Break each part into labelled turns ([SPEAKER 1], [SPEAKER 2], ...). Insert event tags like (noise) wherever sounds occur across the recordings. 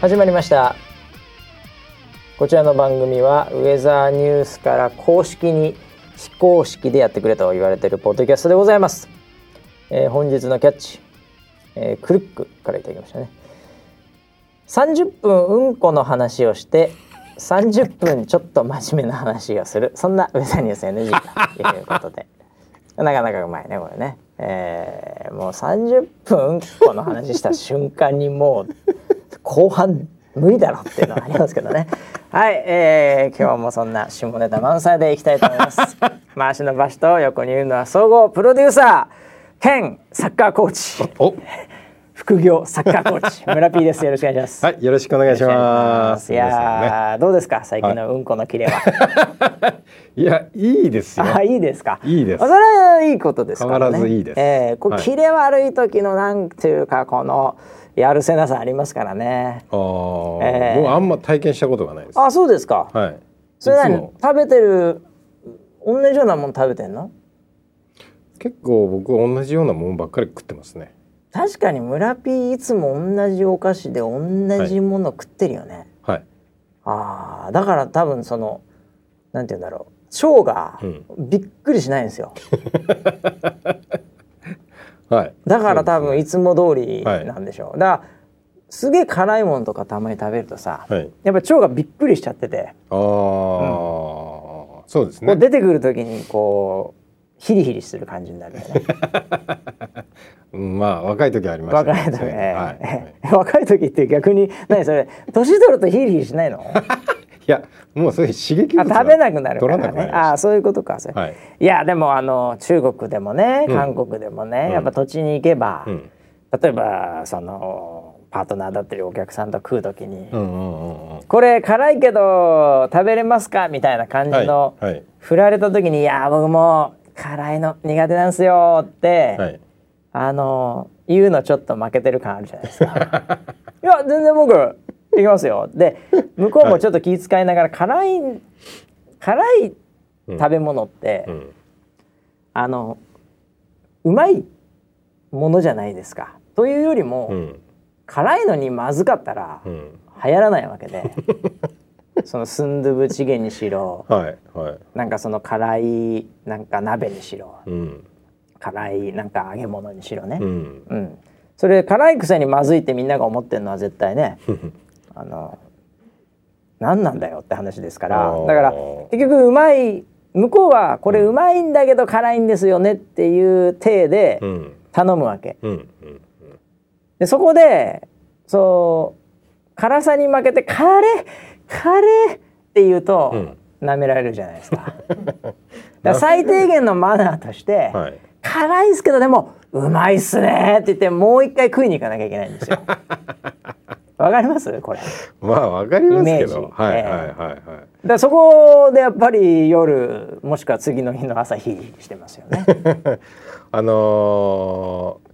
[SPEAKER 1] 始まりましたこちらの番組はウェザーニュースから公式に非公式でやってくれと言われているポッドキャストでございます、えー本日のキャッチ、えークルックからいただきましたね30分うんこの話をして30分ちょっと真面目な話をするそんなウェザーニュース NG ということでなかなかうまいねこれね、えーもう30分うんこの話した瞬間にもう後半無理だろっていうのはありますけどねはい、えー、今日もそんな下ネタ満載でいきたいと思います回しの場所と横にいるのは総合プロデューサー兼サッカーコーチ
[SPEAKER 2] お、
[SPEAKER 1] 副業サッカーコー
[SPEAKER 2] (laughs)
[SPEAKER 1] チ村 P ですよろしくお願いします
[SPEAKER 2] はい、よろしくお願いします。
[SPEAKER 1] いやーどうですか最近のうんこのキレは、
[SPEAKER 2] いや、いいです
[SPEAKER 1] (laughs)
[SPEAKER 2] よ。
[SPEAKER 1] あいいですか
[SPEAKER 2] いいです
[SPEAKER 1] それはいいことですからね
[SPEAKER 2] 変わらずいいです
[SPEAKER 1] ええこう
[SPEAKER 2] はい
[SPEAKER 1] キレ悪い時のなんていうかこのやるせなさありますからね
[SPEAKER 2] あー
[SPEAKER 1] えー
[SPEAKER 2] 僕あんま体験したことがないです。
[SPEAKER 1] あそうですか、
[SPEAKER 2] はい。
[SPEAKER 1] それ
[SPEAKER 2] いつ
[SPEAKER 1] 何
[SPEAKER 2] も
[SPEAKER 1] 食べてる同じようなもん食べてんの
[SPEAKER 2] 結構僕は同じようなものばっかり食ってますね。
[SPEAKER 1] 確かに村ピーいつも同じお菓子で同じもの食ってるよね、
[SPEAKER 2] はい。
[SPEAKER 1] ああだから多分そのなんて言うんだろう腸が
[SPEAKER 2] うん
[SPEAKER 1] びっくりしないんですよ、
[SPEAKER 2] はい。
[SPEAKER 1] だから多
[SPEAKER 2] そう
[SPEAKER 1] 分いつも通りなんでしょう、だからすげえ辛いものとかたまに食べるとさ、
[SPEAKER 2] ですね。はい。
[SPEAKER 1] やっぱ腸がびっくりしちゃってて、
[SPEAKER 2] ああ、そうです
[SPEAKER 1] こう
[SPEAKER 2] ね。
[SPEAKER 1] 出てくる時にこうヒリヒリする感じになるよ
[SPEAKER 2] (laughs)
[SPEAKER 1] ね
[SPEAKER 2] うんまあ若い時はありましたね。
[SPEAKER 1] 若い時、
[SPEAKER 2] はいはい。
[SPEAKER 1] え (laughs) 若い時って逆に何それ年取るとヒリヒリし
[SPEAKER 2] (laughs)
[SPEAKER 1] ないのあ
[SPEAKER 2] いや、もうそういう刺激物は
[SPEAKER 1] 食べなくなるか
[SPEAKER 2] 取ら
[SPEAKER 1] ら
[SPEAKER 2] なくな
[SPEAKER 1] ねあ
[SPEAKER 2] りま
[SPEAKER 1] あそういうことかそ
[SPEAKER 2] し
[SPEAKER 1] れ、
[SPEAKER 2] た。はい。
[SPEAKER 1] いやでもあの中国でもね
[SPEAKER 2] うん
[SPEAKER 1] 韓国でもね、
[SPEAKER 2] うん
[SPEAKER 1] やっぱ土地に行けば、
[SPEAKER 2] うん。
[SPEAKER 1] 例えばそのパートナーだったりお客さんと食う時に、
[SPEAKER 2] うんうんうんうん。
[SPEAKER 1] これ辛いけど食べれますかみたいな感じの、
[SPEAKER 2] はいはい
[SPEAKER 1] 振られた時に「いや僕もう辛いの苦手なんですよ」って、
[SPEAKER 2] はい。
[SPEAKER 1] あの言うのちょっと負けてる感あるじゃないですか。 (laughs) いや全然僕行きますよ。で向こうもちょっと気遣いながら辛い、辛い食べ物って、
[SPEAKER 2] うん。
[SPEAKER 1] あのうまいものじゃないですか。というよりも、
[SPEAKER 2] うん。
[SPEAKER 1] 辛いのにまずかったら
[SPEAKER 2] うん。
[SPEAKER 1] 流行らないわけでそのスンドゥブチゲにしろ
[SPEAKER 2] はいはい。
[SPEAKER 1] なんかその辛いなんか鍋にしろ
[SPEAKER 2] うん。
[SPEAKER 1] 辛いなんか揚げ物にしろね
[SPEAKER 2] う、ん。
[SPEAKER 1] うんそれ辛いくせにまずいってみんなが思ってるのは絶対ねあの何なんだよって話ですから
[SPEAKER 2] あー
[SPEAKER 1] だから結局うまい向こうはこれうまいんだけど辛いんですよねっていう体で
[SPEAKER 2] うん。
[SPEAKER 1] 頼むわけ。
[SPEAKER 2] うんうん
[SPEAKER 1] でそこでそう辛さに負けて「カレーカレー」って言う
[SPEAKER 2] う
[SPEAKER 1] と
[SPEAKER 2] ん
[SPEAKER 1] 舐められるじゃないです
[SPEAKER 2] (laughs)
[SPEAKER 1] か。だから最低限のマナーとして、
[SPEAKER 2] はい
[SPEAKER 1] 辛いですけどでも「うまいっすね」って言ってもう一回食いに行かなきゃいけないんですよ。
[SPEAKER 2] (laughs)
[SPEAKER 1] わかりますこれ。
[SPEAKER 2] まあわかりますけ
[SPEAKER 1] イメー
[SPEAKER 2] ど
[SPEAKER 1] ジ
[SPEAKER 2] はい
[SPEAKER 1] ええ
[SPEAKER 2] はいはいはい
[SPEAKER 1] だからそこでやっぱり夜もしくは次の日の朝ヒリヒリしてますよね。
[SPEAKER 2] あのー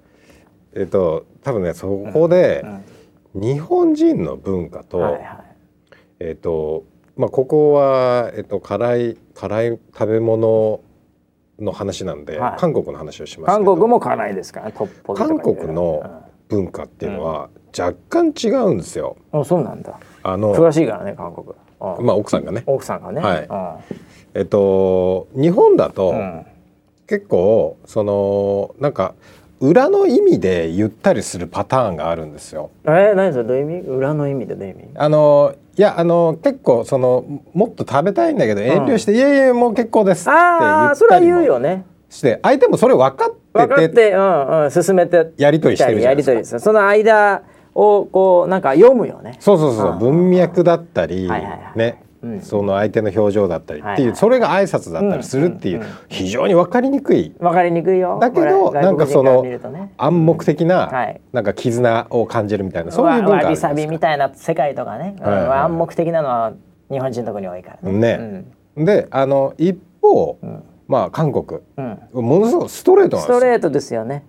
[SPEAKER 2] えっと多分ねそこで日本人の文化
[SPEAKER 1] はい
[SPEAKER 2] と
[SPEAKER 1] は
[SPEAKER 2] えっとまあここはえっと辛い辛い食べ物の話なんで
[SPEAKER 1] はい
[SPEAKER 2] 韓国の話をし
[SPEAKER 1] い、
[SPEAKER 2] ますけ
[SPEAKER 1] 韓
[SPEAKER 2] ど
[SPEAKER 1] 国も辛いですからねトッポギとかいろ
[SPEAKER 2] 韓
[SPEAKER 1] いろ
[SPEAKER 2] 国の文化っていうのは若干違うんですよ。
[SPEAKER 1] うんあそうなんだ
[SPEAKER 2] あの
[SPEAKER 1] 詳しいからね韓国、うん
[SPEAKER 2] まあ奥さんがね
[SPEAKER 1] 奥さんがね、
[SPEAKER 2] はい
[SPEAKER 1] い
[SPEAKER 2] えっと日本だと、
[SPEAKER 1] うん
[SPEAKER 2] 結構そのなんか裏の意味で言ったりするパターンがあるんですよ。
[SPEAKER 1] えー、何それどういう意味裏の意味でどういう意味
[SPEAKER 2] あのいやあの結構そのもっと食べたいんだけど遠慮して「いやいやもう結構です」って
[SPEAKER 1] あ
[SPEAKER 2] 言
[SPEAKER 1] あ
[SPEAKER 2] っ
[SPEAKER 1] それ
[SPEAKER 2] た
[SPEAKER 1] は
[SPEAKER 2] り
[SPEAKER 1] 言う
[SPEAKER 2] も
[SPEAKER 1] よね
[SPEAKER 2] して相手もそれ分か
[SPEAKER 1] 分か
[SPEAKER 2] っ
[SPEAKER 1] って
[SPEAKER 2] て
[SPEAKER 1] てうんうん進めて
[SPEAKER 2] やり取りしてるじゃ
[SPEAKER 1] や
[SPEAKER 2] ないで
[SPEAKER 1] り
[SPEAKER 2] すか
[SPEAKER 1] 取りですその間をこうなんか読むよね
[SPEAKER 2] そうそうそう
[SPEAKER 1] うん
[SPEAKER 2] 文脈だったり
[SPEAKER 1] はいはいはい
[SPEAKER 2] ね
[SPEAKER 1] うん
[SPEAKER 2] その相手の表情だったりって
[SPEAKER 1] はい
[SPEAKER 2] い
[SPEAKER 1] はいう
[SPEAKER 2] それが挨拶だったりするっていう
[SPEAKER 1] うんうん
[SPEAKER 2] 非常に分かりにくい
[SPEAKER 1] 分かりにくいよ
[SPEAKER 2] だけど
[SPEAKER 1] これ
[SPEAKER 2] なんか
[SPEAKER 1] 外国人
[SPEAKER 2] そ
[SPEAKER 1] から見ると
[SPEAKER 2] の
[SPEAKER 1] ね
[SPEAKER 2] 暗黙的
[SPEAKER 1] は
[SPEAKER 2] ないなんか絆を感じるみたいなそういう文化
[SPEAKER 1] わ
[SPEAKER 2] あ
[SPEAKER 1] わ
[SPEAKER 2] るじゃないで
[SPEAKER 1] び
[SPEAKER 2] すか
[SPEAKER 1] さびみたいな世界とかね、うん
[SPEAKER 2] はいはい
[SPEAKER 1] 暗黙的なのは日本人特に多いからね
[SPEAKER 2] ね、であの一方、まあ韓国
[SPEAKER 1] うんうん、
[SPEAKER 2] ものすごくストレートなん
[SPEAKER 1] ス
[SPEAKER 2] ですよ
[SPEAKER 1] トレートですよね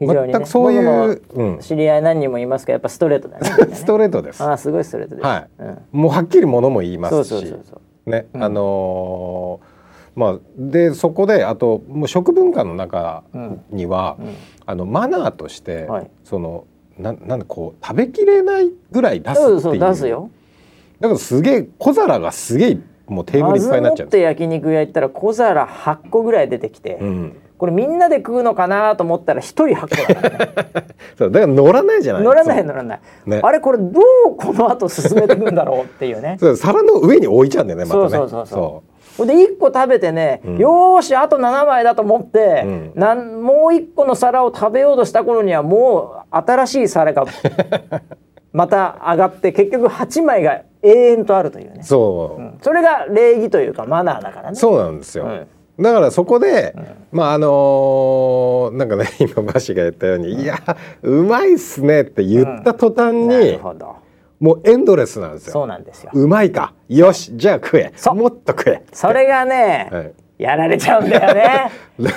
[SPEAKER 1] 非常にね
[SPEAKER 2] 全くそういう
[SPEAKER 1] 僕も
[SPEAKER 2] うん
[SPEAKER 1] 知り合い何人もいますけどやっぱストレートだよねみんなね
[SPEAKER 2] (laughs) ストレートです
[SPEAKER 1] ああすごいストレートです、
[SPEAKER 2] は
[SPEAKER 1] うん
[SPEAKER 2] い、もうはっきりものも言いますし
[SPEAKER 1] そうそうそうそ
[SPEAKER 2] ね、あのーまあでそこであともう食文化の中には、あのマナーとして、
[SPEAKER 1] はい
[SPEAKER 2] そのななんでこう食べきれないぐらい出すっていう
[SPEAKER 1] そうそう出すよ
[SPEAKER 2] だからすげえ小皿がすげえもうテーブルいっぱいになっちゃ
[SPEAKER 1] まずもっ
[SPEAKER 2] うんで
[SPEAKER 1] て焼肉屋行ったら小皿8個ぐらい出てきて、
[SPEAKER 2] すうん
[SPEAKER 1] これみんなで食うのかなと思ったら1人8個だ
[SPEAKER 2] (laughs)
[SPEAKER 1] からね
[SPEAKER 2] そうだから乗らないじゃない
[SPEAKER 1] 乗らない
[SPEAKER 2] そう
[SPEAKER 1] 乗らない、
[SPEAKER 2] ね
[SPEAKER 1] あれこれどうこの後進めていくんだろうっていうね
[SPEAKER 2] (laughs) そう皿の上に置いちゃうんだよねまたね
[SPEAKER 1] そうそうそうそほんで1個食べてね、よーしあと7枚だと思って、
[SPEAKER 2] ん
[SPEAKER 1] なんもう1個の皿を食べようとした頃にはもう新しい皿
[SPEAKER 2] (laughs)
[SPEAKER 1] がまた上がって結局8枚が永遠とあるというね
[SPEAKER 2] そう、
[SPEAKER 1] それが礼儀というかマナーだからね
[SPEAKER 2] そうなんですよ、だからそこで、まああのーなんかね (laughs) 今バシが言ったように「いやうまいっすね」って言った途端
[SPEAKER 1] な
[SPEAKER 2] に、
[SPEAKER 1] るほど
[SPEAKER 2] もうエンドレスなんです
[SPEAKER 1] そ
[SPEAKER 2] よ
[SPEAKER 1] うなんですよ
[SPEAKER 2] うまいかよしじゃあ食え
[SPEAKER 1] そう
[SPEAKER 2] もっと食え
[SPEAKER 1] それがね、
[SPEAKER 2] はい
[SPEAKER 1] やられちゃうんだよ
[SPEAKER 2] (laughs)
[SPEAKER 1] ね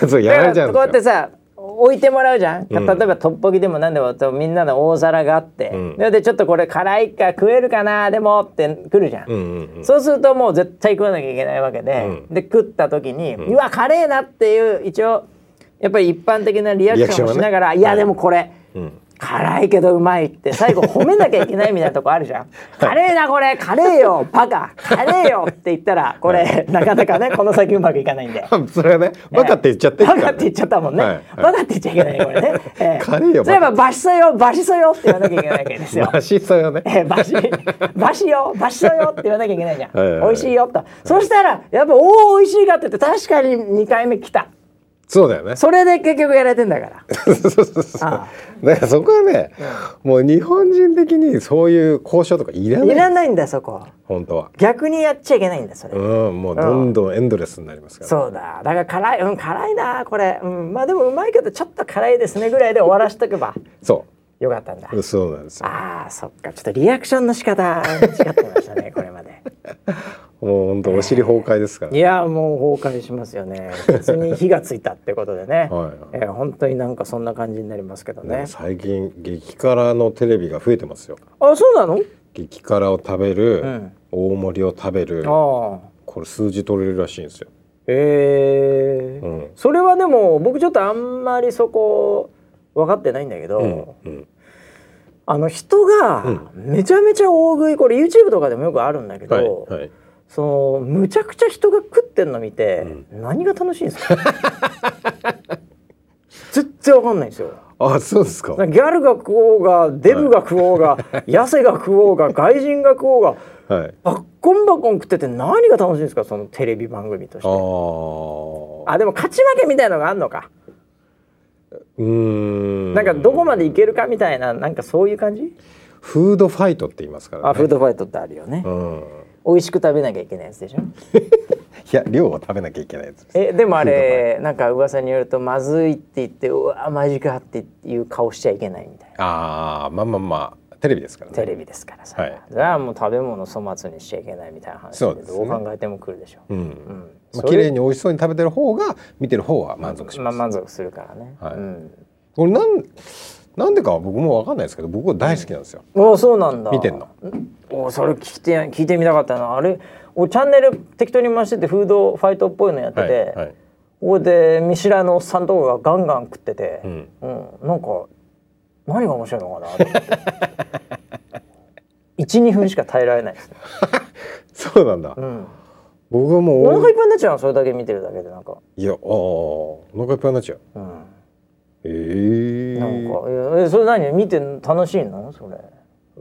[SPEAKER 2] そうやられちゃう
[SPEAKER 1] だからこ
[SPEAKER 2] ん
[SPEAKER 1] うやって
[SPEAKER 2] ですよ
[SPEAKER 1] さ置いてもらうじゃん、例えばトッポギでも何でもみんなの大皿があって、
[SPEAKER 2] ん
[SPEAKER 1] でちょっとこれ辛いか食えるかなでもってくるじゃん、
[SPEAKER 2] うんうんうん
[SPEAKER 1] そうするともう絶対食わなきゃいけないわけで、で食った時に、うわカレーなっていう一応やっぱり一般的なリアクションをしながら、い
[SPEAKER 2] リアクションはね
[SPEAKER 1] やでもこれ、辛いけどうまいって最後褒めなきゃいけないみたいなとこあるじ
[SPEAKER 2] (laughs)
[SPEAKER 1] ゃんカレーなこれカレーよバカカレーよって言ったらこれなかなかねこの先うまくいかないんで
[SPEAKER 2] それはねバカって言っちゃってる
[SPEAKER 1] バ
[SPEAKER 2] から
[SPEAKER 1] カ
[SPEAKER 2] ね
[SPEAKER 1] って言っちゃったもんね、
[SPEAKER 2] はいはい
[SPEAKER 1] バカって言っちゃいけないねこれね、
[SPEAKER 2] (laughs)
[SPEAKER 1] ええ
[SPEAKER 2] カレーよ
[SPEAKER 1] そういえばバシソよバシソよって言わなきゃいけないわけですよ
[SPEAKER 2] (laughs) マシそうよね
[SPEAKER 1] えーバシバシよバシソよって言わなきゃいけないじゃん、
[SPEAKER 2] はいはいはい
[SPEAKER 1] 美味しいよと、そしたらやっぱおお美味しいかって言って確かに2回目来た
[SPEAKER 2] そうだよね
[SPEAKER 1] それで結局やられてんだから
[SPEAKER 2] そうそうそうそう
[SPEAKER 1] あ
[SPEAKER 2] だからそこはねもう日本人的にそういう交渉とかいら
[SPEAKER 1] い
[SPEAKER 2] な
[SPEAKER 1] ら
[SPEAKER 2] い
[SPEAKER 1] ないんだそこ
[SPEAKER 2] 本当は
[SPEAKER 1] 逆にやっちゃいけないんだそれ、
[SPEAKER 2] うんもうどんどんエンドレスになりますから
[SPEAKER 1] そうだだから辛いうん辛いなこれ、うん、まあでもうまいけどちょっと辛いですねぐらいで終わらしとけば
[SPEAKER 2] そ
[SPEAKER 1] よかったんだ
[SPEAKER 2] うそうなんですよ
[SPEAKER 1] あーそっかちょっとリアクションの仕方違ってました
[SPEAKER 2] (laughs)
[SPEAKER 1] ねこれまで
[SPEAKER 2] もう本当お尻崩壊ですから
[SPEAKER 1] いやもう崩壊しますよね別に火がついたってことでね
[SPEAKER 2] はいはい
[SPEAKER 1] えー本当になんかそんな感じになりますけどね
[SPEAKER 2] 最近激辛のテレビが増えてますよ
[SPEAKER 1] あそうなの
[SPEAKER 2] 激辛を食べる、大盛りを食べる
[SPEAKER 1] ああ
[SPEAKER 2] これ数字取れるらしいんですよ
[SPEAKER 1] ええ
[SPEAKER 2] うん
[SPEAKER 1] それはでも僕ちょっとあんまりそこ分かってないんだけど、
[SPEAKER 2] うん
[SPEAKER 1] あの人がめちゃめちゃ大食いこれ YouTube とかでもよくあるんだけど、
[SPEAKER 2] はいはい
[SPEAKER 1] そのむちゃくちゃ人が食ってんの見て、何が楽しいんですか (laughs) 全然わかんないんですよ。
[SPEAKER 2] あそうですか
[SPEAKER 1] ギャルが食おうがデブが食おう
[SPEAKER 2] (laughs)
[SPEAKER 1] が、痩せが食おうが外人が食おうが
[SPEAKER 2] はい
[SPEAKER 1] バッコンバコン食ってて何が楽しいんですかそのテレビ番組として。
[SPEAKER 2] ああ
[SPEAKER 1] あでも勝ち負けみたいのがあるのか、
[SPEAKER 2] うーん
[SPEAKER 1] なんかどこまでいけるかみたいななんかそういう感じ
[SPEAKER 2] フードファイトって言いますから
[SPEAKER 1] あ
[SPEAKER 2] ね
[SPEAKER 1] フードファイトってあるよね、
[SPEAKER 2] うん
[SPEAKER 1] 美味しく食べなきゃいけないやつでしょ
[SPEAKER 2] いや量は食べなきゃいけないやつです
[SPEAKER 1] えでもあれなんか噂によるとまずいって言ってうわマジかっていう顔しちゃいけないみたいな
[SPEAKER 2] ああまあまあまあテレビですから
[SPEAKER 1] テ
[SPEAKER 2] ね
[SPEAKER 1] レビですからさ、
[SPEAKER 2] はい
[SPEAKER 1] じゃあもう食べ物粗末にしちゃいけないみたいな話
[SPEAKER 2] そう
[SPEAKER 1] で
[SPEAKER 2] ですね
[SPEAKER 1] どう考えても来るでしょう、
[SPEAKER 2] うん
[SPEAKER 1] ん
[SPEAKER 2] まあ
[SPEAKER 1] それ
[SPEAKER 2] 綺麗に美味しそうに食べてる方が見てる方は満足し
[SPEAKER 1] ま
[SPEAKER 2] ま
[SPEAKER 1] あ
[SPEAKER 2] す
[SPEAKER 1] 満足するからね、
[SPEAKER 2] はい
[SPEAKER 1] うん、
[SPEAKER 2] これなんなんでかは僕もわかんないですけど僕は大好きなんですよ
[SPEAKER 1] おそうなんだ
[SPEAKER 2] 見てんの
[SPEAKER 1] おそれ聞いて聞いてみたかったなあれおチャンネル適当に回しててフードファイトっぽいのやってて、
[SPEAKER 2] はいはい
[SPEAKER 1] ここで見知らぬおっさんとかがガンガン食ってて、うんんなんか何が面白いのかなって12分しか耐えられないですね、
[SPEAKER 2] そうなんだ
[SPEAKER 1] うん、
[SPEAKER 2] 僕はもう
[SPEAKER 1] お腹いっぱいになっちゃうのそれだけ見てるだけでなんか、
[SPEAKER 2] いやああお腹いっぱいになっちゃう
[SPEAKER 1] うん、
[SPEAKER 2] ええ
[SPEAKER 1] なんか、えそれ何見て楽しいのそれ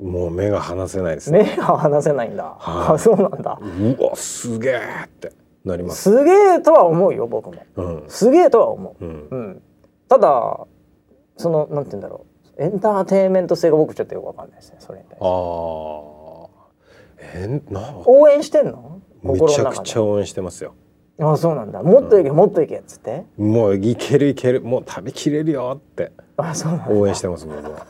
[SPEAKER 2] もう目が離せないですね
[SPEAKER 1] 目が離せないんだ、あ (laughs) そうなんだ
[SPEAKER 2] うわすげえってなります
[SPEAKER 1] すげえとは思うよ僕も
[SPEAKER 2] うん
[SPEAKER 1] すげえとは思う、
[SPEAKER 2] うん
[SPEAKER 1] うん、ただそのなんて言うんだろうエンターテインメント性が僕ちょっとよくわかんないですねそれに対して
[SPEAKER 2] ああえーな
[SPEAKER 1] 応援してんの
[SPEAKER 2] め
[SPEAKER 1] 心
[SPEAKER 2] ち
[SPEAKER 1] の
[SPEAKER 2] ゃ
[SPEAKER 1] 中で
[SPEAKER 2] くちゃ応援してますよ
[SPEAKER 1] あそうなんだもっといけ、もっといけっつって
[SPEAKER 2] もういけるいけるもう食べきれるよって
[SPEAKER 1] あそうなんだ
[SPEAKER 2] 応援してます僕は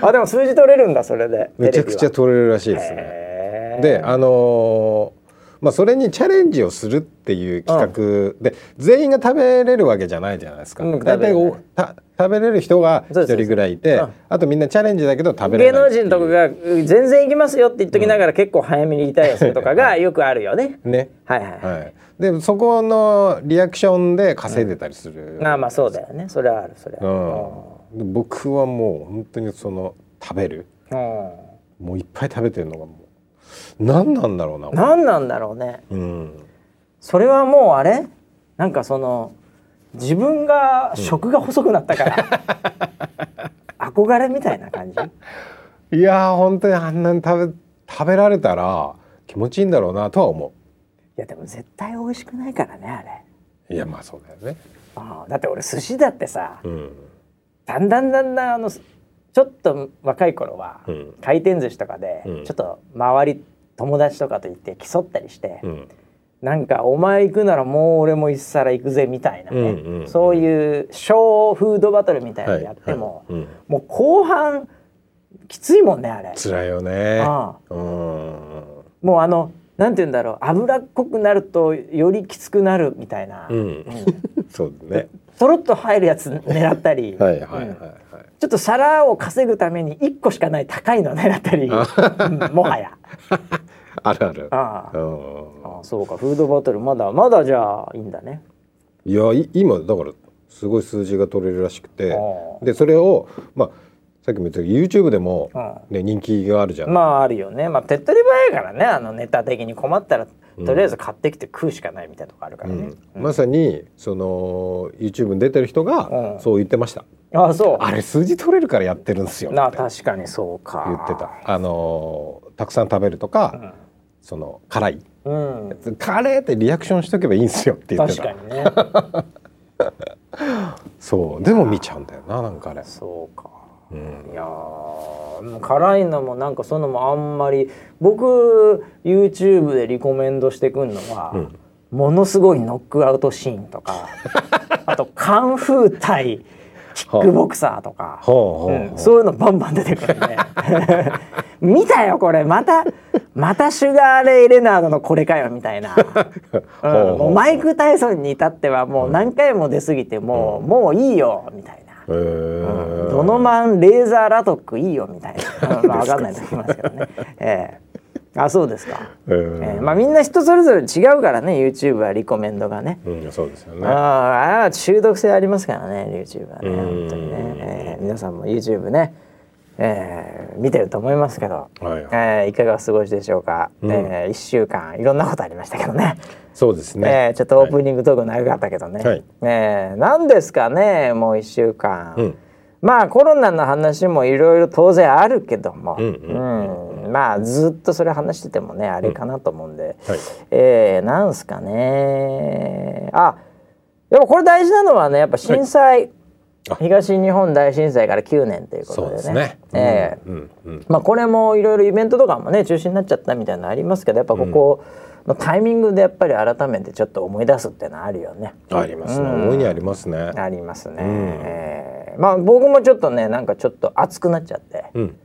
[SPEAKER 1] あでも数字取れるんだそれで
[SPEAKER 2] めちゃくちゃ
[SPEAKER 1] テ
[SPEAKER 2] 取れるらしいです
[SPEAKER 1] レビは
[SPEAKER 2] ね
[SPEAKER 1] へえ
[SPEAKER 2] であのーまあ、それにチャレンジをするっていう企画で、全員が食べれるわけじゃないじゃないですか、
[SPEAKER 1] うん
[SPEAKER 2] 大体おた食べれる人が
[SPEAKER 1] そう
[SPEAKER 2] 一
[SPEAKER 1] です
[SPEAKER 2] 人ぐらいいて、
[SPEAKER 1] そうです
[SPEAKER 2] あとみんなチャレンジだけど食べ
[SPEAKER 1] 芸
[SPEAKER 2] れない
[SPEAKER 1] 能人とかがう「全然いきますよ」って言っときながら結構早めにリタイアするとかがよくあるよね
[SPEAKER 2] ね、
[SPEAKER 1] はいはい、はい
[SPEAKER 2] はい、でそこのリアクションで稼いでたりする、
[SPEAKER 1] まあまあそうだよねそれはあるそれはある、
[SPEAKER 2] うん僕はもう本当にその食べる
[SPEAKER 1] う
[SPEAKER 2] もういっぱい食べてるのがもう何なんだろうな。
[SPEAKER 1] ん、何なんだろうね
[SPEAKER 2] うん。
[SPEAKER 1] それはもうあれなんかその自分が食が細くなったから、 (laughs) 憧れみたいな感じ
[SPEAKER 2] いやー本当にあんなに食べ食べられたら気持ちいいんだろうなとは思
[SPEAKER 1] いやでも絶対美味しくないからねあれ
[SPEAKER 2] う。いやまあそうだよね。
[SPEAKER 1] ああだって俺寿司だってさ
[SPEAKER 2] うん。
[SPEAKER 1] だんだんだんだんあのちょっと若い頃は、
[SPEAKER 2] うん
[SPEAKER 1] 回転寿司とかで、
[SPEAKER 2] うん
[SPEAKER 1] ちょっと周り友達とかと行って競ったりして、
[SPEAKER 2] うん。
[SPEAKER 1] なんかお前行くならもう俺も一皿行くぜみたいなね、
[SPEAKER 2] うんうんうん
[SPEAKER 1] そういう小フードバトルみたいなのやっても、
[SPEAKER 2] はいはいうん、
[SPEAKER 1] もう後半きついもんねあれ。
[SPEAKER 2] 辛いよね。
[SPEAKER 1] ああ
[SPEAKER 2] うん。
[SPEAKER 1] もうあのなんて言うんだろう脂っこくなるとよりきつくなるみたいな、
[SPEAKER 2] うん。 (laughs) そうだね。
[SPEAKER 1] とろっと入るやつ狙ったり
[SPEAKER 2] はいはいはい
[SPEAKER 1] うん
[SPEAKER 2] はい。
[SPEAKER 1] ちょっと皿を稼ぐために1個しかない高いの狙ったり、うんもはや。
[SPEAKER 2] あるある。
[SPEAKER 1] ああ
[SPEAKER 2] うん
[SPEAKER 1] ああそうかフードバトルまだまだじゃあいいんだね。
[SPEAKER 2] いやい今だからすごい数字が取れるらしくて
[SPEAKER 1] ああ
[SPEAKER 2] でそれをまあさっきも言ったけど YouTube でも
[SPEAKER 1] あ、
[SPEAKER 2] ね、人気があるじゃん、
[SPEAKER 1] まああるよね、まあ、手っ取り早いからねあのネタ的に困ったらとりあえず買ってきて食うしかないみたいなとこあるから
[SPEAKER 2] う
[SPEAKER 1] ね
[SPEAKER 2] ん。まさにその YouTube に出てる人
[SPEAKER 1] うん
[SPEAKER 2] がそう言ってました、
[SPEAKER 1] ああそ
[SPEAKER 2] あれ数字取れるからやってるんですよ
[SPEAKER 1] う
[SPEAKER 2] っ
[SPEAKER 1] なあ
[SPEAKER 2] て
[SPEAKER 1] 確かにそうか。
[SPEAKER 2] 言ってたあのーたくさん食べるとか、その辛い
[SPEAKER 1] うん、
[SPEAKER 2] カレーってリアクションしとけばいいんですよって言って
[SPEAKER 1] 確
[SPEAKER 2] た
[SPEAKER 1] かにね
[SPEAKER 2] そうでも見ちゃうんだよななんかあれ、
[SPEAKER 1] そうか
[SPEAKER 2] うん
[SPEAKER 1] いやーもう辛いのもなんかそのもあんまり僕 YouTube でリコメンドしてくんのは、
[SPEAKER 2] うん
[SPEAKER 1] ものすごいノックアウトシーンと
[SPEAKER 2] (laughs)
[SPEAKER 1] かあとカンフー対キックボクサーとか、
[SPEAKER 2] ほうほうほう
[SPEAKER 1] うんそういうのバンバン出てくるんで (laughs) 見たよこれまたまたシュガーレイ・レナードのこれかよみたい
[SPEAKER 2] (laughs)
[SPEAKER 1] な。うん
[SPEAKER 2] ほうほう
[SPEAKER 1] もうマイク・タイソンに至ってはもう何回も出過ぎてもう、もういいよみたいな。
[SPEAKER 2] へー
[SPEAKER 1] ドノマンレーザーラトックいいよみたい
[SPEAKER 2] (laughs)
[SPEAKER 1] な、まあ、分かんないと思いますけどね。ええあそうですか、え
[SPEAKER 2] へー
[SPEAKER 1] えまあ、みんな人それぞれ違うからね YouTube はリコメンドがね。
[SPEAKER 2] うん、そうですよ
[SPEAKER 1] あ
[SPEAKER 2] ね。
[SPEAKER 1] ああれは中毒性ありますからね YouTube はね
[SPEAKER 2] うん
[SPEAKER 1] 本当にね、ええ皆さんも YouTube ね、ええ見てると思いますけど、
[SPEAKER 2] はいはい
[SPEAKER 1] ええいかがお過ごしでしょうか、ええ一1週間いろんなことありましたけどね。
[SPEAKER 2] そうですね。
[SPEAKER 1] えーちょっとオープニングトーク長かったけどね、
[SPEAKER 2] はい
[SPEAKER 1] えー何ですかねもう1週間、
[SPEAKER 2] うん
[SPEAKER 1] まあコロナの話もいろいろ当然あるけども、
[SPEAKER 2] ん
[SPEAKER 1] うんまあずっとそれ話しててもねあれかなと思うんで、
[SPEAKER 2] はい
[SPEAKER 1] えーなんすかねあでもこれ大事なのはねやっぱ震災、
[SPEAKER 2] あ
[SPEAKER 1] 東日本大震災から9年というこ
[SPEAKER 2] そ
[SPEAKER 1] と
[SPEAKER 2] うで
[SPEAKER 1] ですね。
[SPEAKER 2] ね。
[SPEAKER 1] えー
[SPEAKER 2] うん、うん、うん。
[SPEAKER 1] まあ、これもいろいろイベントとかもね中止になっちゃったみたいなのありますけどやっぱここのタイミングでやっぱり改めてちょっと思い出すっていうのはあるよね。
[SPEAKER 2] ありますね。大いにありますね。
[SPEAKER 1] ありますね。
[SPEAKER 2] ん
[SPEAKER 1] えーまあ僕もちょっとねなんかちょっと熱くなっちゃって
[SPEAKER 2] うん。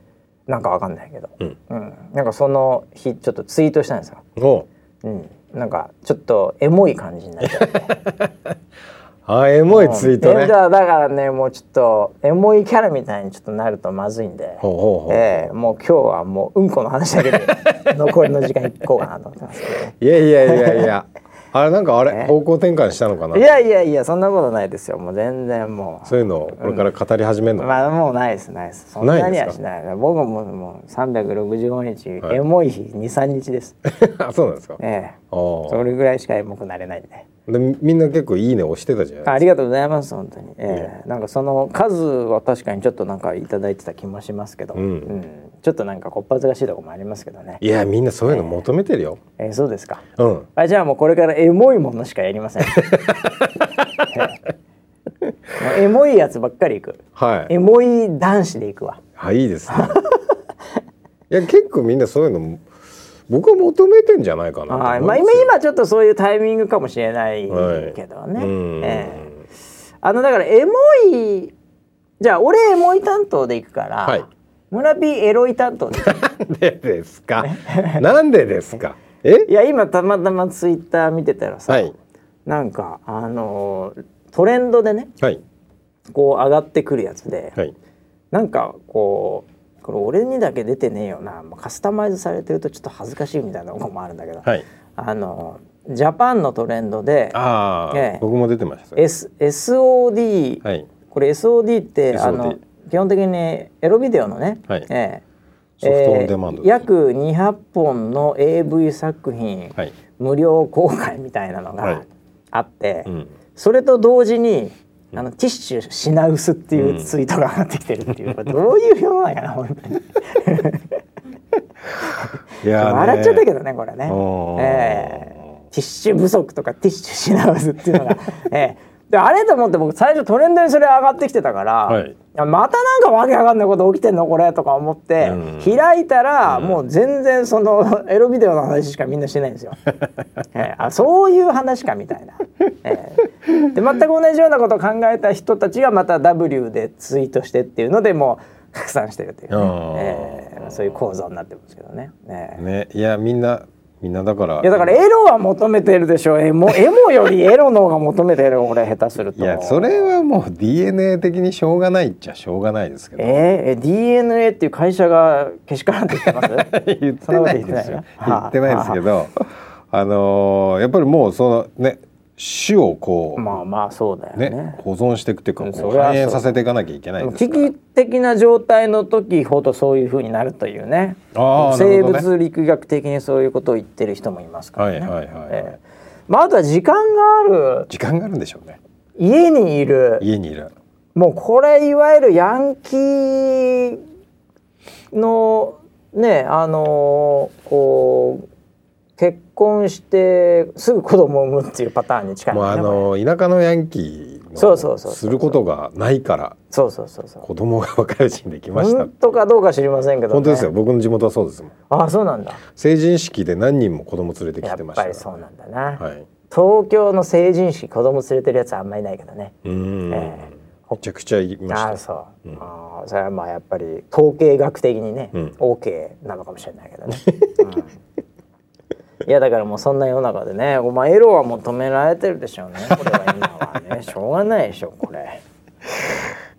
[SPEAKER 1] なんかわかんないけど、
[SPEAKER 2] うん
[SPEAKER 1] うんなんかその日ちょっとツイートしたんですよ。
[SPEAKER 2] お、
[SPEAKER 1] うん、なんかちょっとエモい感じになっちゃって
[SPEAKER 2] あ、エモい (laughs) ツイート
[SPEAKER 1] え
[SPEAKER 2] ね
[SPEAKER 1] じ。ゃあだからねもうちょっとエモいキャラみたいにちょっとなるとまずいんで。
[SPEAKER 2] ほうほうほう。
[SPEAKER 1] ええもう今日はもううんこの話だけ
[SPEAKER 2] (laughs)
[SPEAKER 1] で残りの時間いこうかなと思ってますけどね。。
[SPEAKER 2] いやいやいやいや。あれなんかあれ方向転換したのかない
[SPEAKER 1] やいやいやそんなことないですよもう全然も
[SPEAKER 2] そういうのをこれから語り始める
[SPEAKER 1] う
[SPEAKER 2] の。
[SPEAKER 1] まあもうないですないですそんなには
[SPEAKER 2] ないんです
[SPEAKER 1] し
[SPEAKER 2] か
[SPEAKER 1] ない僕ももう365日、
[SPEAKER 2] はい
[SPEAKER 1] エモい日23日
[SPEAKER 2] (laughs)
[SPEAKER 1] です、
[SPEAKER 2] あ、そうなんですか。
[SPEAKER 1] ええ
[SPEAKER 2] あ
[SPEAKER 1] それぐらいしかエモくなれないんで
[SPEAKER 2] あ。で、みんな結構いいね押してたじゃない。
[SPEAKER 1] ありがとうございます本当に、ええなんかその数は確かにちょっとなんかいただいてた気もしますけど、
[SPEAKER 2] ん
[SPEAKER 1] うんちょっとなんかこっぱずかしいとこもありますけどね
[SPEAKER 2] いや、みんなそういうの求めてるよ。
[SPEAKER 1] ええそうですか
[SPEAKER 2] うん。
[SPEAKER 1] あじゃあもうこれからエモいものしかやりま
[SPEAKER 2] (laughs)
[SPEAKER 1] せん。もうエモいやつばっかり行く。
[SPEAKER 2] はい
[SPEAKER 1] エ。モい男子で行くわ。
[SPEAKER 2] あ、いいで
[SPEAKER 1] (laughs)
[SPEAKER 2] すね。いや、結構みんなそういうの。僕は求めてんじゃないかなと思
[SPEAKER 1] はいい。
[SPEAKER 2] ます。
[SPEAKER 1] まあ今今ちょっとそういうタイミングかもしれない
[SPEAKER 2] はい
[SPEAKER 1] けどね。
[SPEAKER 2] うん
[SPEAKER 1] ええあのだからエモいじゃあ俺エモい担当で行くから、
[SPEAKER 2] はい
[SPEAKER 1] 村ピーエロい担当で
[SPEAKER 2] (laughs)
[SPEAKER 1] 行く。
[SPEAKER 2] なんでですか。なんでですか。え
[SPEAKER 1] い。や今たまたまツイッター見てたらさ、
[SPEAKER 2] はい
[SPEAKER 1] なんかあのートレンドでね
[SPEAKER 2] はい。
[SPEAKER 1] こう上がってくるやつで。
[SPEAKER 2] はい。
[SPEAKER 1] なんかこうこれ俺にだけ出てねえよなまあカスタマイズされてるとちょっと恥ずかしいみたいなのもあるんだけど、
[SPEAKER 2] はい。
[SPEAKER 1] あのジャパンのトレンドで
[SPEAKER 2] ああ、
[SPEAKER 1] ええ
[SPEAKER 2] 僕も出てました。
[SPEAKER 1] S SOD、
[SPEAKER 2] はい。
[SPEAKER 1] これ SOD って
[SPEAKER 2] SOD
[SPEAKER 1] あの基本的にエロビデオのね、
[SPEAKER 2] はい
[SPEAKER 1] ええ
[SPEAKER 2] ソフトオンデマンド
[SPEAKER 1] えー約200本の AV 作品、
[SPEAKER 2] はい
[SPEAKER 1] 無料公開みたいなの
[SPEAKER 2] は
[SPEAKER 1] が
[SPEAKER 2] い
[SPEAKER 1] あって、
[SPEAKER 2] うん
[SPEAKER 1] それと同時にあのティッシュ品薄っていうツイートが上がってきてるっていう、これどういう世の中な本当に
[SPEAKER 2] いやーね
[SPEAKER 1] 笑っちゃったけどねこれね、
[SPEAKER 2] うん
[SPEAKER 1] ええティッシュ不足とかティッシュ品薄っていうのが、 (laughs) ええであれと思って僕最初トレンドにそれ上がってきてたから、
[SPEAKER 2] はい
[SPEAKER 1] あまたなんかわけわかんないこと起きてんのこれとか思って、
[SPEAKER 2] うん
[SPEAKER 1] 開いたら、もう全然その (laughs) エロビデオの話しかみんなしてないん
[SPEAKER 2] (laughs)
[SPEAKER 1] ですよ。ええあそういう話かみたいな。ええで全く同じようなことを考えた人たちがまた W でツイートしてっていうのでもう拡散してるっていうね、
[SPEAKER 2] あ
[SPEAKER 1] ええそういう構造になってますけどね。ええ
[SPEAKER 2] ねいやみんなみんなだか
[SPEAKER 1] い
[SPEAKER 2] ら
[SPEAKER 1] やだからエロは求めてるでしょエモエモよりエロの方が求めてる俺下手する
[SPEAKER 2] い
[SPEAKER 1] と
[SPEAKER 2] やそれはもう DNA 的にしょうがないっちゃしょうがないですけど
[SPEAKER 1] えーえ DNA っていう会社がけしからんって言ってます
[SPEAKER 2] (laughs) 言ってないですよ言ってないですけ
[SPEAKER 1] ど
[SPEAKER 2] どあのーやっぱりもうそのね種をこう、
[SPEAKER 1] まあまあそうだよね
[SPEAKER 2] ね保存していくっていうか
[SPEAKER 1] うん
[SPEAKER 2] こ
[SPEAKER 1] そうりゃ
[SPEAKER 2] 反映させていかなきゃいけないです
[SPEAKER 1] 危
[SPEAKER 2] から
[SPEAKER 1] 機的な状態の時ほどそういう風になるというね
[SPEAKER 2] あーなる
[SPEAKER 1] 生
[SPEAKER 2] ほどね
[SPEAKER 1] 物力学的にそういうことを言ってる人もいますからね、
[SPEAKER 2] はいはいはいはい
[SPEAKER 1] ええまあ、あとは時間がある
[SPEAKER 2] 時間があるんでしょうね
[SPEAKER 1] 家にいる
[SPEAKER 2] 家にいる
[SPEAKER 1] もうこれいわゆるヤンキーのねあのこう結婚してすぐ子供を産むっていうパターンに近い
[SPEAKER 2] もうあ
[SPEAKER 1] ねこれ
[SPEAKER 2] のー田舎のヤンキーの
[SPEAKER 1] そうそうそうそう
[SPEAKER 2] することがないから
[SPEAKER 1] そうそうそうそう
[SPEAKER 2] 子供が若いうちにできました
[SPEAKER 1] 本当かどうか知りませんけど、ね、
[SPEAKER 2] 本当ですよ僕の地元はそうですもん
[SPEAKER 1] あそうなんだ
[SPEAKER 2] 成人式で何人も子供連れてき
[SPEAKER 1] や
[SPEAKER 2] てま
[SPEAKER 1] っ
[SPEAKER 2] した
[SPEAKER 1] ぱ
[SPEAKER 2] か
[SPEAKER 1] り
[SPEAKER 2] ら
[SPEAKER 1] そうなんだな、
[SPEAKER 2] はい
[SPEAKER 1] 東京の成人式子供連れてるやつはあんまりいないけどね
[SPEAKER 2] うーん、
[SPEAKER 1] え
[SPEAKER 2] めちゃくちゃいま
[SPEAKER 1] ああ
[SPEAKER 2] し
[SPEAKER 1] そう、ああそれはまあやっぱり統計学的にね、
[SPEAKER 2] うん
[SPEAKER 1] OK なのかもしれないけどね、うんいやだからもうそんな世の中でねお前エロは求められてるでしょうねこれは今
[SPEAKER 2] (laughs)
[SPEAKER 1] はねしょうがないでしょこれ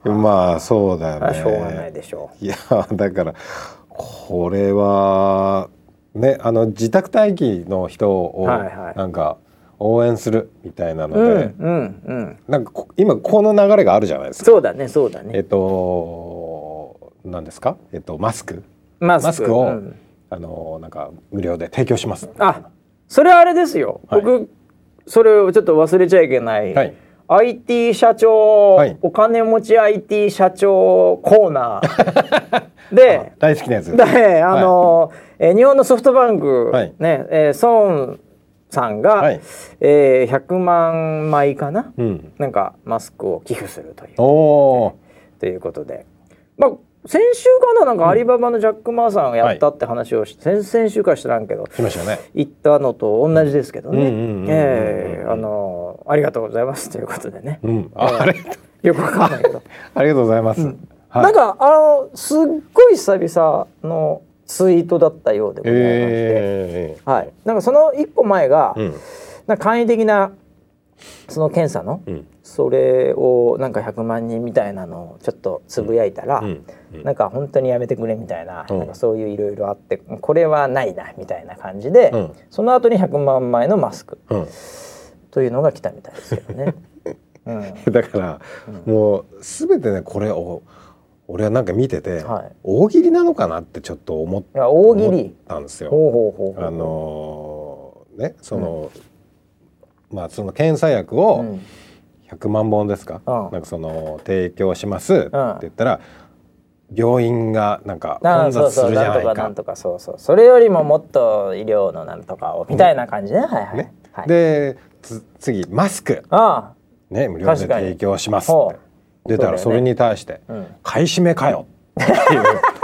[SPEAKER 2] たまあそうだよ
[SPEAKER 1] あ
[SPEAKER 2] ね
[SPEAKER 1] しょうがないでしょ
[SPEAKER 2] いやだからこれはねあの自宅待機の人を
[SPEAKER 1] はいはい
[SPEAKER 2] なんか応援するみたいなの
[SPEAKER 1] う、
[SPEAKER 2] で、
[SPEAKER 1] うんうんうん
[SPEAKER 2] なんかこ今この流れがあるじゃないですか。
[SPEAKER 1] そうだねそうだ
[SPEAKER 2] えっ
[SPEAKER 1] ね
[SPEAKER 2] と何ですか？えっとマスク
[SPEAKER 1] マ
[SPEAKER 2] マスクを、
[SPEAKER 1] うん
[SPEAKER 2] あのなんか無料で提供します。
[SPEAKER 1] あそれはあれですよ、
[SPEAKER 2] はい
[SPEAKER 1] 僕それをちょっと忘れちゃいけない、
[SPEAKER 2] はい
[SPEAKER 1] IT 社長、
[SPEAKER 2] はい
[SPEAKER 1] お金持ち IT 社長コーナー
[SPEAKER 2] (laughs)
[SPEAKER 1] で
[SPEAKER 2] 大好きなやつ。
[SPEAKER 1] だえあの、えー日本のソフトバンク、
[SPEAKER 2] はい
[SPEAKER 1] ねえー孫さんが、
[SPEAKER 2] はい
[SPEAKER 1] えー100万枚かな、
[SPEAKER 2] うん。
[SPEAKER 1] なんかマスクを寄付するという
[SPEAKER 2] おお
[SPEAKER 1] ということで、まあ、先週かななんかアリババのジャック・マーさんがやったって話をし、先々週か知らんけど
[SPEAKER 2] ー、来ましたよね。
[SPEAKER 1] 言ったのと同じですけどね
[SPEAKER 2] うんうんうんうんうん
[SPEAKER 1] ええあのありがとうございますということでね、
[SPEAKER 2] うん。ああれ (laughs)
[SPEAKER 1] よくわかんないけど、
[SPEAKER 2] ありがとうございます。 (laughs) はい
[SPEAKER 1] なんかあのすっごい久々のツイートだったようでございまして、
[SPEAKER 2] え
[SPEAKER 1] はい、なんかその一個前が、
[SPEAKER 2] えうん
[SPEAKER 1] なんか簡易的なその検査の、
[SPEAKER 2] うん
[SPEAKER 1] それをなんか100万人みたいなのをちょっとつぶやいたら、
[SPEAKER 2] うんうん
[SPEAKER 1] なんか本当にやめてくれみたいな,、
[SPEAKER 2] うん
[SPEAKER 1] なんかそういういろいろあってこれはないなみたいな感じで、
[SPEAKER 2] うん
[SPEAKER 1] その後に100万枚のマスク
[SPEAKER 2] うん。
[SPEAKER 1] というのが来たみたいですけど
[SPEAKER 2] (laughs)
[SPEAKER 1] ね。うん
[SPEAKER 2] だから、もうすべてねこれを俺はなんか見てて、
[SPEAKER 1] はい
[SPEAKER 2] 大喜利なのかなってちょっと思っ
[SPEAKER 1] いや大喜
[SPEAKER 2] 思っ
[SPEAKER 1] 利
[SPEAKER 2] たんですよ。
[SPEAKER 1] ほうほうほうほう
[SPEAKER 2] あのーねその、まあその検査薬を、
[SPEAKER 1] うん
[SPEAKER 2] 100万本ですか、
[SPEAKER 1] うん
[SPEAKER 2] なんかその提供しますって言ったら、病院がなんか
[SPEAKER 1] あ
[SPEAKER 2] 混
[SPEAKER 1] あそ
[SPEAKER 2] 雑
[SPEAKER 1] う
[SPEAKER 2] す
[SPEAKER 1] そう
[SPEAKER 2] るじゃ
[SPEAKER 1] なん
[SPEAKER 2] な
[SPEAKER 1] と
[SPEAKER 2] い
[SPEAKER 1] か
[SPEAKER 2] か
[SPEAKER 1] なんとかそうそうそれよりももっと医療のなんとかをみたいな感じね、はいはい、
[SPEAKER 2] ね
[SPEAKER 1] はい、
[SPEAKER 2] でつ次マスク
[SPEAKER 1] あ
[SPEAKER 2] ね無料で
[SPEAKER 1] 確かに
[SPEAKER 2] 提供しますっ
[SPEAKER 1] ほ
[SPEAKER 2] て
[SPEAKER 1] う
[SPEAKER 2] 出たら
[SPEAKER 1] そ
[SPEAKER 2] そ
[SPEAKER 1] だ
[SPEAKER 2] うれ
[SPEAKER 1] よね
[SPEAKER 2] に対して
[SPEAKER 1] ん
[SPEAKER 2] 「買い占めかよ」っていう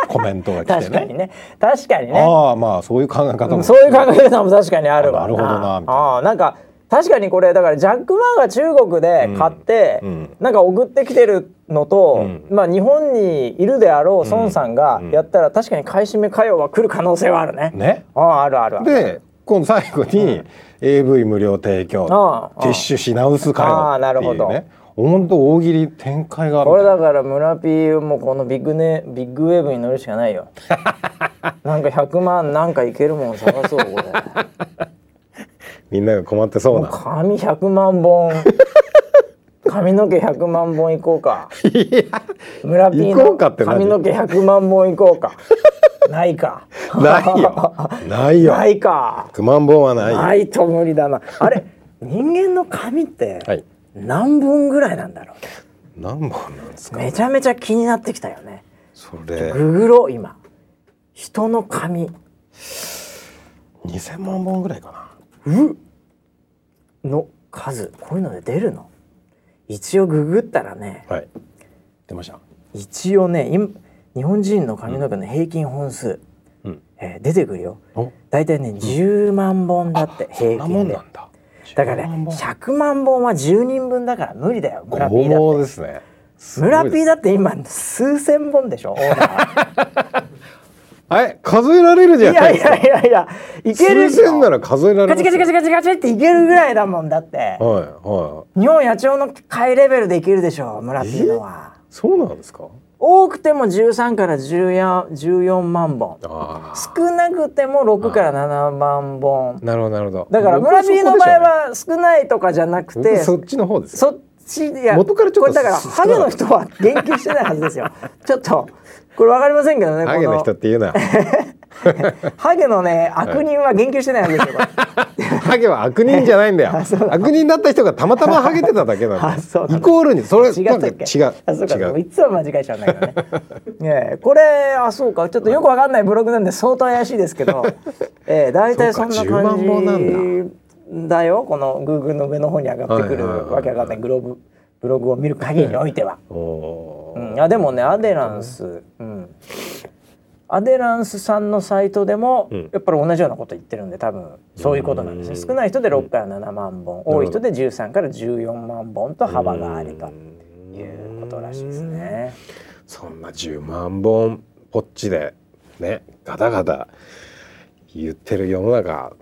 [SPEAKER 2] コメントが
[SPEAKER 1] あ
[SPEAKER 2] 来て
[SPEAKER 1] (laughs) 確か
[SPEAKER 2] ね
[SPEAKER 1] にね確かにね
[SPEAKER 2] ああまあそういう考え方
[SPEAKER 1] うん
[SPEAKER 2] も
[SPEAKER 1] そういう考え方も確かにあるわ
[SPEAKER 2] あなるほどなみたいな
[SPEAKER 1] ああなんか確かにこれだからジャック・マーが中国で買って、
[SPEAKER 2] うんうん
[SPEAKER 1] なんか送ってきてるのと、
[SPEAKER 2] うん
[SPEAKER 1] まあ日本にいるであろう孫さんが
[SPEAKER 2] うん
[SPEAKER 1] やったら確かに買い占めかよは来る可能性はあるね。
[SPEAKER 2] ね
[SPEAKER 1] あああるあるある。
[SPEAKER 2] で今度最後に AV 無料提供
[SPEAKER 1] ああ
[SPEAKER 2] ティッシュ品薄か
[SPEAKER 1] ああな
[SPEAKER 2] よ
[SPEAKER 1] る
[SPEAKER 2] ってい
[SPEAKER 1] ほど
[SPEAKER 2] うね本当大喜利展開がある
[SPEAKER 1] これだから村ピーもこのビッグネビッグウェーブに乗るしか
[SPEAKER 2] (laughs)
[SPEAKER 1] ないよなんか100万なんかいけるもん探そうこれ
[SPEAKER 2] みんなが困ってそうな (laughs)
[SPEAKER 1] 紙100万本髪の毛100万本いこうか
[SPEAKER 2] いや
[SPEAKER 1] 村ピー
[SPEAKER 2] 行こ
[SPEAKER 1] の
[SPEAKER 2] うかって何
[SPEAKER 1] 髪の毛100万本いこうかないか
[SPEAKER 2] ない
[SPEAKER 1] (laughs)
[SPEAKER 2] よないよ
[SPEAKER 1] ないか
[SPEAKER 2] 9万本はないよ
[SPEAKER 1] ないと無理だなあれ人間の髪って
[SPEAKER 2] はい
[SPEAKER 1] 何本ぐらいなんだろうね
[SPEAKER 2] 何本なんですか
[SPEAKER 1] めちゃめちゃ気になってきたよね
[SPEAKER 2] それ
[SPEAKER 1] ググろう今人の髪
[SPEAKER 2] 2000万本ぐらいかな
[SPEAKER 1] の数こういうので出るの一応ググったらね
[SPEAKER 2] はい出ました
[SPEAKER 1] 一応ね今日本人の髪の毛の平均本数、
[SPEAKER 2] うん
[SPEAKER 1] えー出てくるよ
[SPEAKER 2] お
[SPEAKER 1] 大体ね10万本だって
[SPEAKER 2] そん
[SPEAKER 1] 平
[SPEAKER 2] なも
[SPEAKER 1] 均
[SPEAKER 2] ん
[SPEAKER 1] で
[SPEAKER 2] なんだ
[SPEAKER 1] だから
[SPEAKER 2] 10
[SPEAKER 1] ね
[SPEAKER 2] 万本
[SPEAKER 1] 100万本は10人分だから無理だよ村ピ
[SPEAKER 2] 剛
[SPEAKER 1] ーだ
[SPEAKER 2] 毛ですねすごい
[SPEAKER 1] 村ピーだって今数千本でしょオーナー
[SPEAKER 2] え数えられるじゃ
[SPEAKER 1] い
[SPEAKER 2] な
[SPEAKER 1] やい
[SPEAKER 2] いですか
[SPEAKER 1] やいやいやいけるで
[SPEAKER 2] 数
[SPEAKER 1] しょ
[SPEAKER 2] 千なら数えられ
[SPEAKER 1] カ
[SPEAKER 2] ます
[SPEAKER 1] チ
[SPEAKER 2] よ
[SPEAKER 1] カチカチカチカチっていけるぐらいだもんだって
[SPEAKER 2] はいは
[SPEAKER 1] 日本野鳥の会レベルでいけるでしょ村ピーのはい
[SPEAKER 2] そうなんですか
[SPEAKER 1] 多くても13から14 14万本
[SPEAKER 2] ああ
[SPEAKER 1] 少なくても6から7万本
[SPEAKER 2] なるほどなるほど
[SPEAKER 1] だから
[SPEAKER 2] 僕
[SPEAKER 1] 村
[SPEAKER 2] は
[SPEAKER 1] ピー
[SPEAKER 2] そこでしょ
[SPEAKER 1] の
[SPEAKER 2] う
[SPEAKER 1] 場
[SPEAKER 2] ね
[SPEAKER 1] 合は少ないとかじゃなくて
[SPEAKER 2] 僕そっちの方です
[SPEAKER 1] そ
[SPEAKER 2] よ
[SPEAKER 1] っちいや
[SPEAKER 2] 元からちょ
[SPEAKER 1] こ
[SPEAKER 2] っと
[SPEAKER 1] れだから
[SPEAKER 2] 少なか
[SPEAKER 1] ハ
[SPEAKER 2] った
[SPEAKER 1] ゲの人は言及してないはずですよちょっとこれわかりませんけどね
[SPEAKER 2] ハゲの人っていうな
[SPEAKER 1] この (laughs) ハゲのね悪人は言及してないはずですよ、これ
[SPEAKER 2] ハゲは悪人じゃない
[SPEAKER 1] (laughs)
[SPEAKER 2] んだよ悪人だった人がたまたまハゲてただけな
[SPEAKER 1] あそうんなの
[SPEAKER 2] だイコールにそれ
[SPEAKER 1] 違
[SPEAKER 2] な
[SPEAKER 1] っ
[SPEAKER 2] ん
[SPEAKER 1] た
[SPEAKER 2] か
[SPEAKER 1] っけ
[SPEAKER 2] 違
[SPEAKER 1] あそうか
[SPEAKER 2] う違う
[SPEAKER 1] いつも間違えちゃうんだ
[SPEAKER 2] (laughs)
[SPEAKER 1] けどねねえこれあそうかちょっとよくわかんないブログなんで相当怪しいですけ
[SPEAKER 2] (laughs)
[SPEAKER 1] ど、ええ、大体そんな
[SPEAKER 2] そうか10万本な
[SPEAKER 1] 感
[SPEAKER 2] ん
[SPEAKER 1] じだよこの Google の上の方に上がってくる
[SPEAKER 2] はいはいはいはい
[SPEAKER 1] わけわかんないグローブブログを見る限りにおいては。
[SPEAKER 2] お
[SPEAKER 1] う
[SPEAKER 2] ー
[SPEAKER 1] ん、あでもねアデランス、うん、アデランスさんのサイトでも、
[SPEAKER 2] ん
[SPEAKER 1] やっぱり同じようなこと言ってるんで多分そういうことなんですね少ない人で6から7万本、多い人で13から14万本と幅があるということらしいですね。
[SPEAKER 2] そんな10万本ポッチでねガタガタ言ってる世の中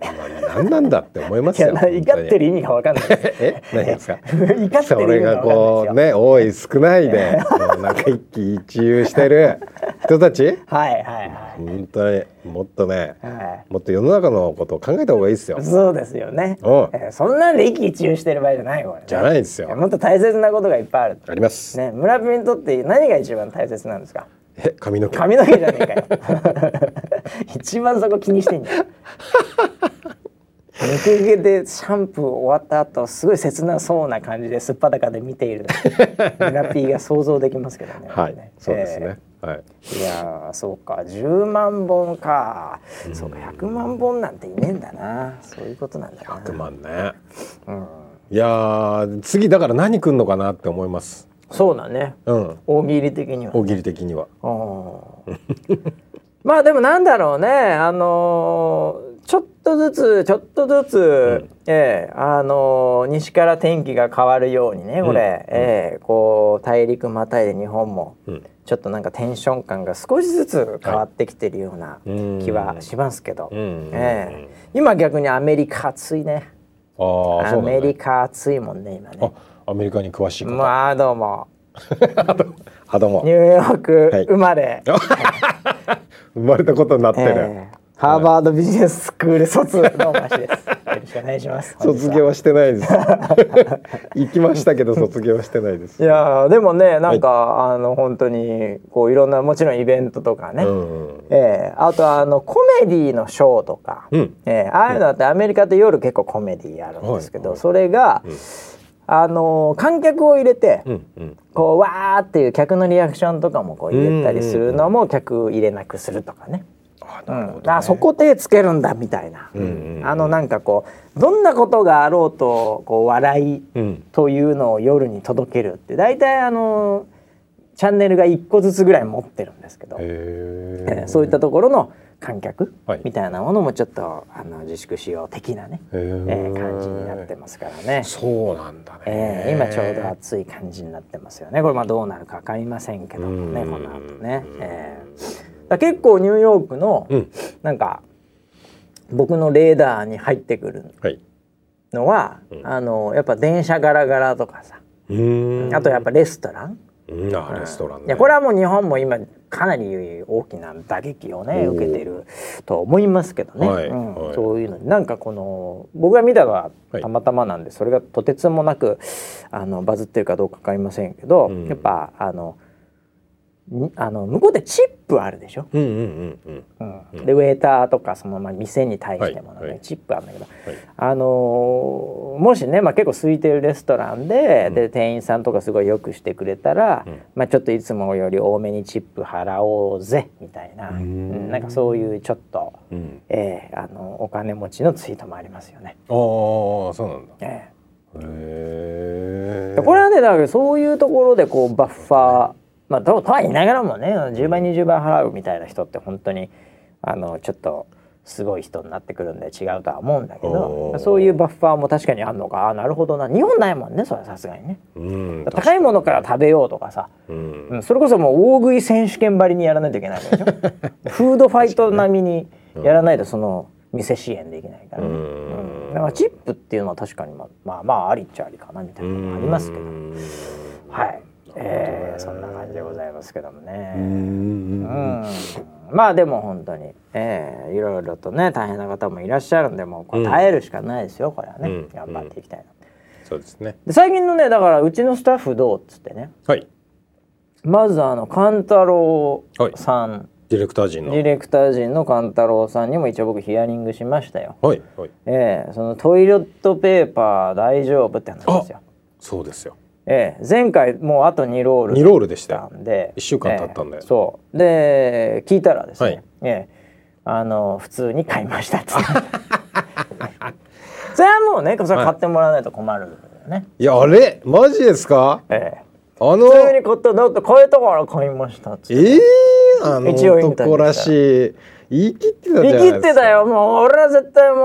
[SPEAKER 2] な何なんだって思いま
[SPEAKER 1] い
[SPEAKER 2] す
[SPEAKER 1] や
[SPEAKER 2] よ
[SPEAKER 1] な怒って
[SPEAKER 2] る
[SPEAKER 1] る意味が分かんないです。
[SPEAKER 2] え何ですか
[SPEAKER 1] 怒ってる意味が分
[SPEAKER 2] そ
[SPEAKER 1] かんないで
[SPEAKER 2] れ
[SPEAKER 1] す
[SPEAKER 2] が
[SPEAKER 1] よ
[SPEAKER 2] こ。うね多い少ないでもうなんか一喜一憂してる人たち
[SPEAKER 1] はいはいは
[SPEAKER 2] 本当にもっとね
[SPEAKER 1] いは
[SPEAKER 2] もっと世の中のことを考えた方がいいですよ
[SPEAKER 1] い。そうですよね。え
[SPEAKER 2] うん
[SPEAKER 1] ーそんなんで一喜一憂してる場合じゃないこれね、
[SPEAKER 2] じゃないですよ
[SPEAKER 1] もっと大切なことがいっぱいある。
[SPEAKER 2] あります、
[SPEAKER 1] ね村人にとって何が一番大切なんですか。
[SPEAKER 2] え髪の毛
[SPEAKER 1] 髪の毛じゃねえかよ (laughs) 一番そこ気にしてん
[SPEAKER 2] (laughs)
[SPEAKER 1] じゃん抜け毛でシャンプー終わった後すごい切なそうな感じですっぱだかで見ているラピーが想像できますけどね
[SPEAKER 2] (laughs) はいそうですね、はい
[SPEAKER 1] えーいやーそうか10万本か、そうか100万本なんていねえんだなそういうことなんだな
[SPEAKER 2] 100万ね、いやー次だから何くんのかなって思います
[SPEAKER 1] そうだね
[SPEAKER 2] うん
[SPEAKER 1] 大喜利的には
[SPEAKER 2] 大喜利的には
[SPEAKER 1] うんまあでもなんだろうねあのーちょっとずつちょっとずつ、ええあのー西から天気が変わるようにねこれ、ええこう大陸またいで日本も、
[SPEAKER 2] うん
[SPEAKER 1] ちょっとなんかテンション感が少しずつ変わってきてるような
[SPEAKER 2] うん
[SPEAKER 1] 気はしますけど、
[SPEAKER 2] うんうんうん
[SPEAKER 1] ええ今逆にアメリカ暑いね
[SPEAKER 2] あー
[SPEAKER 1] ア
[SPEAKER 2] そうなん
[SPEAKER 1] メ
[SPEAKER 2] だ、ね
[SPEAKER 1] リ、カ暑いもんね今ね。
[SPEAKER 2] あアメリカに詳しい方、
[SPEAKER 1] まあどうも
[SPEAKER 2] (laughs) あどう
[SPEAKER 1] ニ
[SPEAKER 2] も
[SPEAKER 1] ューヨーク
[SPEAKER 2] はい
[SPEAKER 1] 生まれ、
[SPEAKER 2] 生まれたことになってる、
[SPEAKER 1] えーハーバードビジネススクール卒のマシです。よろしくお願いします。
[SPEAKER 2] (laughs) 卒業はしてないです (laughs) 行きましたけど卒業はしてないです
[SPEAKER 1] いやーでもねなんか、あの本当にこういろんなもちろんイベントとかね、
[SPEAKER 2] うんうん
[SPEAKER 1] えーあとはあのコメディのショーとか、
[SPEAKER 2] うん
[SPEAKER 1] えーああいうのだってアメリカって夜結構コメディやるんですけど、それが、あのー観客を入れて、
[SPEAKER 2] うんうん
[SPEAKER 1] こうわーっていう客のリアクションとかもこう入れたりするのも客入れなくするとかね。
[SPEAKER 2] あ
[SPEAKER 1] う
[SPEAKER 2] なるほど、
[SPEAKER 1] んあそこ手つけるんだみたいな、あのなんかこうどんなことがあろうとこう笑い
[SPEAKER 2] うん
[SPEAKER 1] というのを夜に届けるって大体あのチャンネルが1個ずつぐらい持ってるんですけど、
[SPEAKER 2] へ
[SPEAKER 1] えーそういったところの観客
[SPEAKER 2] はい
[SPEAKER 1] みたいなものもちょっとあの自粛しよう的なね、
[SPEAKER 2] へー
[SPEAKER 1] えー感じになってますからね
[SPEAKER 2] え。そうなんだね、
[SPEAKER 1] えー今ちょうど暑い感じになってますよねこれまあどうなるか分かりませんけどもね
[SPEAKER 2] うん
[SPEAKER 1] この後ね、えーだから結構ニューヨークの
[SPEAKER 2] うん
[SPEAKER 1] なんか僕のレーダーに入ってくる
[SPEAKER 2] はい
[SPEAKER 1] のは、あのやっぱ電車ガラガラとかさ
[SPEAKER 2] うーん
[SPEAKER 1] あとやっぱレストラン、
[SPEAKER 2] うんあレストラン、ね、
[SPEAKER 1] いやこれはもう日本も今かなり大きな打撃をね受けてると思いますけどね、
[SPEAKER 2] はい
[SPEAKER 1] うん
[SPEAKER 2] はい
[SPEAKER 1] そういうのになんかこの僕が見たのは
[SPEAKER 2] はい
[SPEAKER 1] たまたまなんで、それがとてつもなくあのバズってるかどうかわかりませんけど、
[SPEAKER 2] うん
[SPEAKER 1] やっぱあのにあの向こうでチップあるでしょ、
[SPEAKER 2] うんうんうんうん
[SPEAKER 1] うん
[SPEAKER 2] うん
[SPEAKER 1] でウェーターとかそのまあ店に対してもなんか
[SPEAKER 2] はいはい
[SPEAKER 1] チップあるんだけど、
[SPEAKER 2] はい
[SPEAKER 1] あのーもしね、まあ、結構空いてるレストランで,、
[SPEAKER 2] うん
[SPEAKER 1] で店員さんとかすごいよくしてくれたら、
[SPEAKER 2] うん
[SPEAKER 1] まあ、ちょっといつもより多めにチップ払おうぜみたいな
[SPEAKER 2] うーん
[SPEAKER 1] うんなんかそういうちょっと、
[SPEAKER 2] うん
[SPEAKER 1] えーあのお金持ちのツイートもありますよね。
[SPEAKER 2] ああそうなんだ
[SPEAKER 1] え
[SPEAKER 2] へ
[SPEAKER 1] え
[SPEAKER 2] え
[SPEAKER 1] これはねだからそういうところでこうバッファー、まあ、ととは言いながらもね10倍20倍払うみたいな人って本当にあのちょっと。すごい人になってくるんで違うとは思うんだけど
[SPEAKER 2] おー
[SPEAKER 1] そういうバッファーも確かにあるのかあなるほどな日本ないもんねそれはさすがにね
[SPEAKER 2] うん
[SPEAKER 1] 高いものから食べようとかさ、
[SPEAKER 2] うん
[SPEAKER 1] うん、それこそもう大食い選手権ばりにやらないといけないわ
[SPEAKER 2] (laughs)
[SPEAKER 1] けでしょフードファイト並みにやらないとその店支援できないからね、
[SPEAKER 2] う
[SPEAKER 1] うん
[SPEAKER 2] ん
[SPEAKER 1] だからチップっていうのは確かにまあまあまあありっちゃありかなみたいなのもありますけど、はい、えーそんな感じでございますけどもね。
[SPEAKER 2] う
[SPEAKER 1] うんんまあでも本当に、えーいろいろとね大変な方もいらっしゃるんでもうこう耐えるしかないですよこれはね、
[SPEAKER 2] うん
[SPEAKER 1] 頑張っていきたいな、
[SPEAKER 2] そうですね
[SPEAKER 1] で最近のねだからうちのスタッフどうっつってね
[SPEAKER 2] はい
[SPEAKER 1] まずあの勘太郎さん、
[SPEAKER 2] ディレクター陣の
[SPEAKER 1] ディレクター陣の勘太郎さんにも一応僕ヒアリングしましたよ。
[SPEAKER 2] はいはい
[SPEAKER 1] ええそのトイレットペーパー大丈夫って話ですよ。
[SPEAKER 2] そうですよ
[SPEAKER 1] ええ前回もうあと2ロール
[SPEAKER 2] 二ロールでした
[SPEAKER 1] だっ
[SPEAKER 2] よ
[SPEAKER 1] たんで
[SPEAKER 2] 一週間経ったん
[SPEAKER 1] え
[SPEAKER 2] だよ
[SPEAKER 1] えそうで聞いたらですね、
[SPEAKER 2] はい
[SPEAKER 1] ええあの普通に買いましたっつって (laughs) それはもうねそれは買ってもらわないと困るよね、
[SPEAKER 2] いやあれマジですか
[SPEAKER 1] ええ
[SPEAKER 2] あの
[SPEAKER 1] 普通に買っただってこういうところから買いましたっつって
[SPEAKER 2] ええあの
[SPEAKER 1] 一応インタビューした
[SPEAKER 2] 男らしい言い切ってたじゃないですか
[SPEAKER 1] 生きてたよもう俺は絶対もう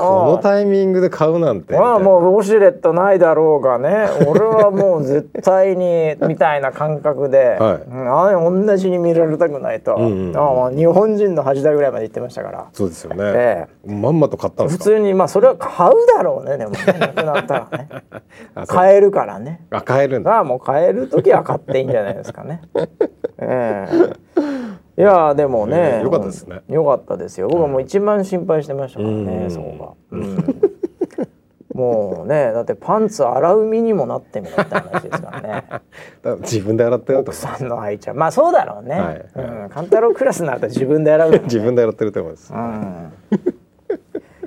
[SPEAKER 2] こ
[SPEAKER 1] うん
[SPEAKER 2] のタイミングで買うなんて
[SPEAKER 1] まあもうウォシュレットないだろうが
[SPEAKER 2] (laughs)
[SPEAKER 1] ね俺はもう絶対にみたいな感覚で、
[SPEAKER 2] はい
[SPEAKER 1] うんあ同じに見られたくないと、
[SPEAKER 2] んうんうん
[SPEAKER 1] あもう日本人の恥だぐらいまで言ってましたから
[SPEAKER 2] そうですよ
[SPEAKER 1] え
[SPEAKER 2] ねまんまと買ったんで
[SPEAKER 1] 普
[SPEAKER 2] すか
[SPEAKER 1] 通にまあそれは買うだろうねで
[SPEAKER 2] (laughs)
[SPEAKER 1] もねなくなったらね
[SPEAKER 2] あそう
[SPEAKER 1] 買えるからね
[SPEAKER 2] あ買えるんだ
[SPEAKER 1] まあもう買える時は買っていいんじゃないですか
[SPEAKER 2] (laughs)
[SPEAKER 1] ね。ええいやーでもね、
[SPEAKER 2] ええよかったですね
[SPEAKER 1] うんよかったですよ。僕はもう一番心配してましたからね、
[SPEAKER 2] うん
[SPEAKER 1] そこが。うんもうねだってパンツ洗う身にもなってみろって話ですからね
[SPEAKER 2] だから自分で洗ってると
[SPEAKER 1] 奥さんの愛ちゃんまあそうだろうね、
[SPEAKER 2] はい
[SPEAKER 1] うん、カンタロウクラスになると自分で洗うだろうね
[SPEAKER 2] 自分で洗ってると思います
[SPEAKER 1] うん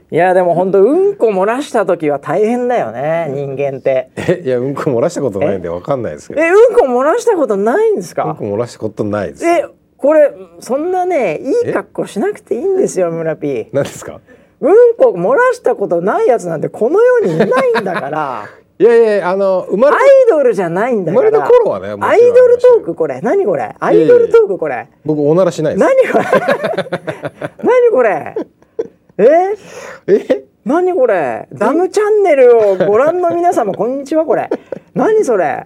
[SPEAKER 1] いやでも本当うんこ漏らした時は大変だよね人間って
[SPEAKER 2] えいやうんこ漏らしたことないんでわかんないですけど
[SPEAKER 1] えうんこ漏らしたことないんですか
[SPEAKER 2] うんこ漏らしたことないです
[SPEAKER 1] えこれそんなねいい格好しなくていいんですよ村 P
[SPEAKER 2] 何ですか
[SPEAKER 1] うんこ漏らしたことないやつなんてこの世にいないんだから
[SPEAKER 2] (laughs) いやいやいやあの生ま
[SPEAKER 1] ア
[SPEAKER 2] れ
[SPEAKER 1] イドルじゃないんだ
[SPEAKER 2] 生
[SPEAKER 1] か
[SPEAKER 2] ま
[SPEAKER 1] ら
[SPEAKER 2] れた頃はねもちろんあ
[SPEAKER 1] アイ
[SPEAKER 2] りま
[SPEAKER 1] ドル
[SPEAKER 2] したよ
[SPEAKER 1] トークこれ何これアイドルトークこれ
[SPEAKER 2] 僕おならしないです
[SPEAKER 1] 何
[SPEAKER 2] (laughs)
[SPEAKER 1] これ何これえ
[SPEAKER 2] え
[SPEAKER 1] 何これダムチャンネルをご覧の皆様こんにちはこれ何それ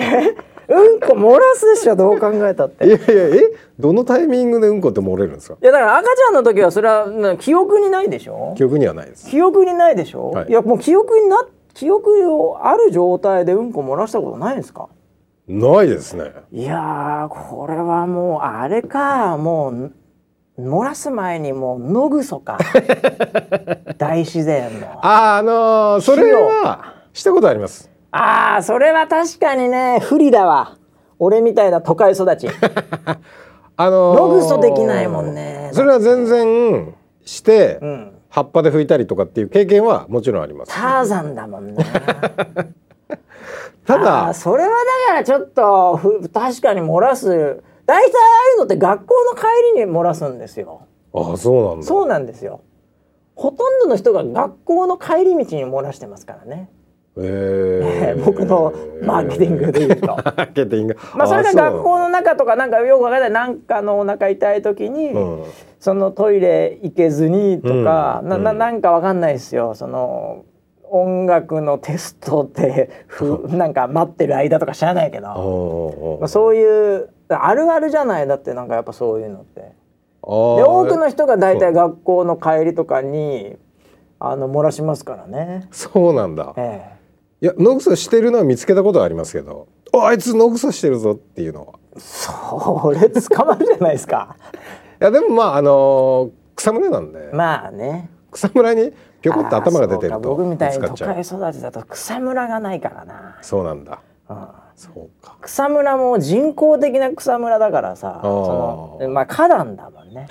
[SPEAKER 1] えうんこ漏らすでしょどう考えたって
[SPEAKER 2] いやいやえどのタイミングでうんこって漏れるんですか
[SPEAKER 1] いやだから赤ちゃんの時はそれはな記憶にないでしょ
[SPEAKER 2] 記憶にはないです
[SPEAKER 1] 記憶にないでしょ、
[SPEAKER 2] はい
[SPEAKER 1] い、やもう記憶にな記憶をある状態でうんこ漏らしたことないですか
[SPEAKER 2] ないですね
[SPEAKER 1] いやーこれはもうあれかもうん漏らす前にもうのぐそ (laughs) か大自然の
[SPEAKER 2] ああのーそれはしたことあります
[SPEAKER 1] ああそれは確かにね不利だわ俺みたいな都会育ち
[SPEAKER 2] あのー
[SPEAKER 1] のぐそできないもんね
[SPEAKER 2] それは全然して、
[SPEAKER 1] ん
[SPEAKER 2] 葉っぱで拭いたりとかっていう経験はもちろんあります
[SPEAKER 1] ターザンだもんね
[SPEAKER 2] た
[SPEAKER 1] あー
[SPEAKER 2] だ
[SPEAKER 1] それはだからちょっとふ確かに漏らす大体ああいうのって学校の帰りに漏らすんですよ
[SPEAKER 2] ああそうなんだ
[SPEAKER 1] そうなんですよほとんどの人が学校の帰り道に漏らしてますからね、
[SPEAKER 2] えー
[SPEAKER 1] (laughs) 僕のマーケティングで言う
[SPEAKER 2] (laughs)
[SPEAKER 1] と。
[SPEAKER 2] マーケティング
[SPEAKER 1] まあ、それが
[SPEAKER 2] ーう
[SPEAKER 1] 学校の中とかなんかよくわかんないなんかのお腹痛い時に、
[SPEAKER 2] うん
[SPEAKER 1] そのトイレ行けずにとか、
[SPEAKER 2] うん
[SPEAKER 1] なな
[SPEAKER 2] うん
[SPEAKER 1] なんかわかんないですよその音楽のテストで
[SPEAKER 2] (laughs)
[SPEAKER 1] ふなんか待ってる間とか知らないけど。
[SPEAKER 2] あー
[SPEAKER 1] ま
[SPEAKER 2] あ
[SPEAKER 1] あ、そういうあるあるじゃないだってなんかやっぱそういうのってで
[SPEAKER 2] ー
[SPEAKER 1] 多くの人が大体学校の帰りとかにあの漏らしますからね
[SPEAKER 2] そうなんだ
[SPEAKER 1] ええ
[SPEAKER 2] いやノグソしてるのは見つけたことはありますけどああいつ野草してるぞっていうのは
[SPEAKER 1] それ捕まるじゃないですか (laughs)
[SPEAKER 2] いやでもまああのー草むらなんで
[SPEAKER 1] まあね
[SPEAKER 2] 草むらにぴょこっと頭が出てる
[SPEAKER 1] あーそうか
[SPEAKER 2] と
[SPEAKER 1] 僕み
[SPEAKER 2] 見
[SPEAKER 1] たい
[SPEAKER 2] つ
[SPEAKER 1] に
[SPEAKER 2] か
[SPEAKER 1] 都
[SPEAKER 2] っちゃう
[SPEAKER 1] 会育ちだと草むらがないからな、
[SPEAKER 2] そうなんだ
[SPEAKER 1] うん、
[SPEAKER 2] そうか
[SPEAKER 1] 草むらも人工的な草むらだからさそのまあ花壇だもん
[SPEAKER 2] (laughs)
[SPEAKER 1] ね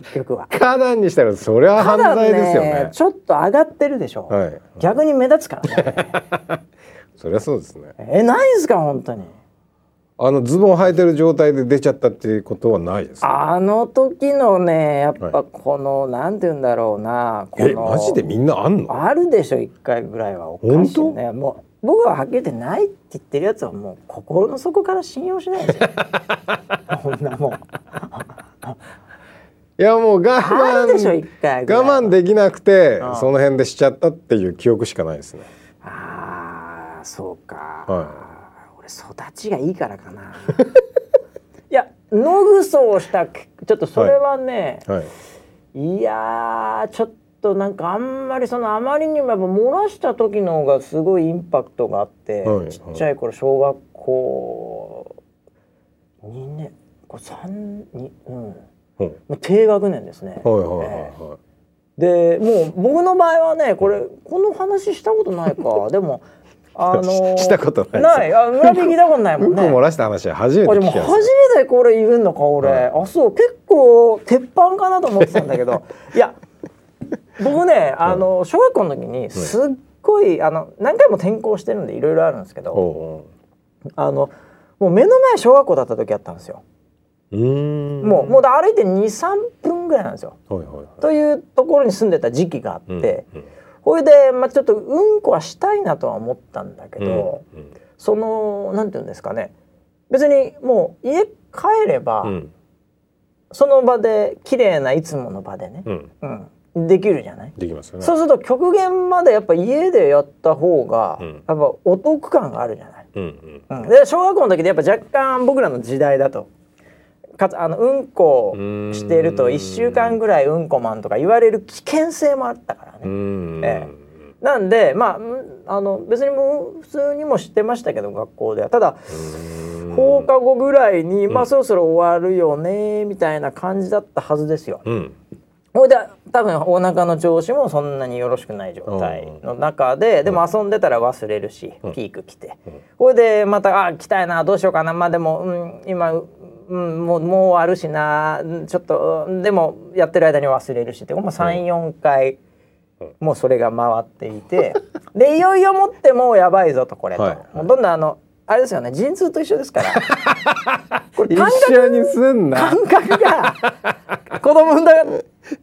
[SPEAKER 1] 結局は
[SPEAKER 2] 花壇にしたらそれは犯
[SPEAKER 1] 花壇
[SPEAKER 2] 罪ですよね
[SPEAKER 1] ちょっと上がってるでしょ、
[SPEAKER 2] はい
[SPEAKER 1] 逆に目立つから
[SPEAKER 2] (laughs)
[SPEAKER 1] ね
[SPEAKER 2] そりゃそうですね
[SPEAKER 1] えないんすか本当に
[SPEAKER 2] あのズボン履いてる状態で出ちゃったっていうことはないですか
[SPEAKER 1] あの時のねやっ
[SPEAKER 2] は
[SPEAKER 1] ぱこの、なんて言うんだろうなこの
[SPEAKER 2] えマジでみんなあんの
[SPEAKER 1] あるでしょ一回ぐらいはおかしいよねもう僕ははっきり言ってないって言ってるやつはもう心の底から信用しない
[SPEAKER 2] (laughs)
[SPEAKER 1] ですよこんなもん
[SPEAKER 2] いやもう我
[SPEAKER 1] あるでしょ
[SPEAKER 2] 慢
[SPEAKER 1] 一回ぐらいは
[SPEAKER 2] 我慢できなくて
[SPEAKER 1] ああ
[SPEAKER 2] その辺でしちゃったっていう記憶しかないですね
[SPEAKER 1] ああそうか、
[SPEAKER 2] は
[SPEAKER 1] 俺育ちがいいからかないや野草をしたけちょっとそれはね、
[SPEAKER 2] はい
[SPEAKER 1] い、やーちょっとなんかあんまりそのあまりにもやっぱ漏らした時の方がすごいインパクトがあって、
[SPEAKER 2] はいはい
[SPEAKER 1] ちっちゃい頃小学校2年これ3にうんも
[SPEAKER 2] うんはいう
[SPEAKER 1] 低学年ですね、
[SPEAKER 2] はいはい
[SPEAKER 1] ええ
[SPEAKER 2] はい
[SPEAKER 1] でもう僕の場合はねこれこの話したことないかでもあのー
[SPEAKER 2] (laughs) ししたことないです
[SPEAKER 1] ないあ村人聞いたことないも
[SPEAKER 2] うんんこ
[SPEAKER 1] ね
[SPEAKER 2] 漏らした話は初めて
[SPEAKER 1] あで
[SPEAKER 2] 聞
[SPEAKER 1] も
[SPEAKER 2] きま
[SPEAKER 1] 初
[SPEAKER 2] す
[SPEAKER 1] めてこれ言うんのか俺、
[SPEAKER 2] は
[SPEAKER 1] あそう結構鉄板かなと思ってたんだけ
[SPEAKER 2] (laughs)
[SPEAKER 1] どいや僕ねあの小学校の時にすっごいあの何回も転校してるんでいろいろあるんですけ
[SPEAKER 2] お
[SPEAKER 1] ど
[SPEAKER 2] う
[SPEAKER 1] あのもう目の前小学校だった時あったんですよ。
[SPEAKER 2] おううーん
[SPEAKER 1] もうもうだ歩いて23分ぐらいなんですよ。
[SPEAKER 2] はいはいはい
[SPEAKER 1] というところに住んでた時期があって。
[SPEAKER 2] うんうん
[SPEAKER 1] ほいで、まあ、ちょっとうんこはしたいなとは思ったんだけど、
[SPEAKER 2] うん
[SPEAKER 1] そのなんていうんですかね別にもう家帰れば、
[SPEAKER 2] うん
[SPEAKER 1] その場で綺麗ないつもの場でね、
[SPEAKER 2] うん
[SPEAKER 1] うんできるじゃない、
[SPEAKER 2] できますよね
[SPEAKER 1] そうすると極限までやっぱ家でやった方が、
[SPEAKER 2] うん
[SPEAKER 1] やっぱお得感があるじゃない。
[SPEAKER 2] うんうん
[SPEAKER 1] うん、で小学校の時でやっぱ若干僕らの時代だとかつあのうんこをしてると
[SPEAKER 2] うーん
[SPEAKER 1] 1週間ぐらいうんこマンとか言われる危険性もあったからね。
[SPEAKER 2] うーん
[SPEAKER 1] えなんでまあうんあの別にもう普通にも知ってましたけど学校ではただ
[SPEAKER 2] うーん
[SPEAKER 1] 放課後ぐらいに、まあそろそろ終わるよねみたいな感じだったはずですよ。
[SPEAKER 2] うん
[SPEAKER 1] ほいで多分お腹の調子もそんなによろしくない状態の中ででも遊んでたら忘れるし、ピーク来て、ほいでまた「あ来たいなどうしようかなまあでも、うん、今、うん、もうもう終わるしなうんちょっと、うんでもやってる間に忘れるし」って34回、もうそれが回っていてでいよいよ持ってもうやばいぞとこれと、
[SPEAKER 2] はい
[SPEAKER 1] もうどんどんあのあれですよね陣痛と一緒ですからこれ
[SPEAKER 2] 一
[SPEAKER 1] 感覚
[SPEAKER 2] 緒にすんな
[SPEAKER 1] 感覚が子供産んだ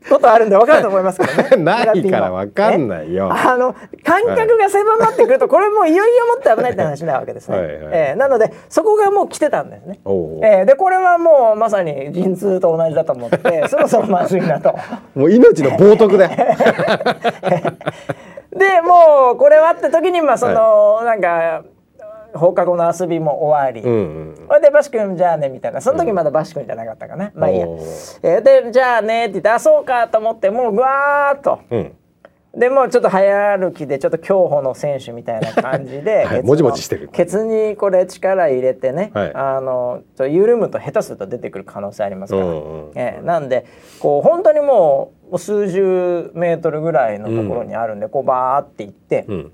[SPEAKER 1] ことあるんで分かると思いますけどね
[SPEAKER 2] (laughs) ないからわかんないよ
[SPEAKER 1] ねあの感覚が狭まってくるとこれもういよいよもって危ないって話なわけですね
[SPEAKER 2] はいはい
[SPEAKER 1] えーなのでそこがもう来てたんですね
[SPEAKER 2] おうおう
[SPEAKER 1] えーでこれはもうまさに陣痛と同じだと思って
[SPEAKER 2] (laughs)
[SPEAKER 1] そろそろまずいなと。
[SPEAKER 2] もう命の冒涜だよ
[SPEAKER 1] (laughs) でもうこれはって時にまあその、なんか放課後の遊びも終わり、
[SPEAKER 2] うんうん
[SPEAKER 1] ほいでバシ君じゃあねみたいなその時まだバシ君じゃなかったかな、まあいいや
[SPEAKER 2] おー、
[SPEAKER 1] えーでじゃあねって言ってあそうかと思ってもうぐわーっと
[SPEAKER 2] うん
[SPEAKER 1] でもうちょっと早歩きでちょっと競歩の選手みたいな感じで、
[SPEAKER 2] (laughs) は
[SPEAKER 1] ケツ
[SPEAKER 2] い
[SPEAKER 1] の
[SPEAKER 2] もちもちしてる
[SPEAKER 1] ケツにこれ力入れてね、
[SPEAKER 2] はい
[SPEAKER 1] あのちょっと緩むと下手すると出てくる可能性ありますから、
[SPEAKER 2] うんうん
[SPEAKER 1] ええなんでこう本当にもうもう数十メートルぐらいのところにあるんで、こうバーって行って、
[SPEAKER 2] うん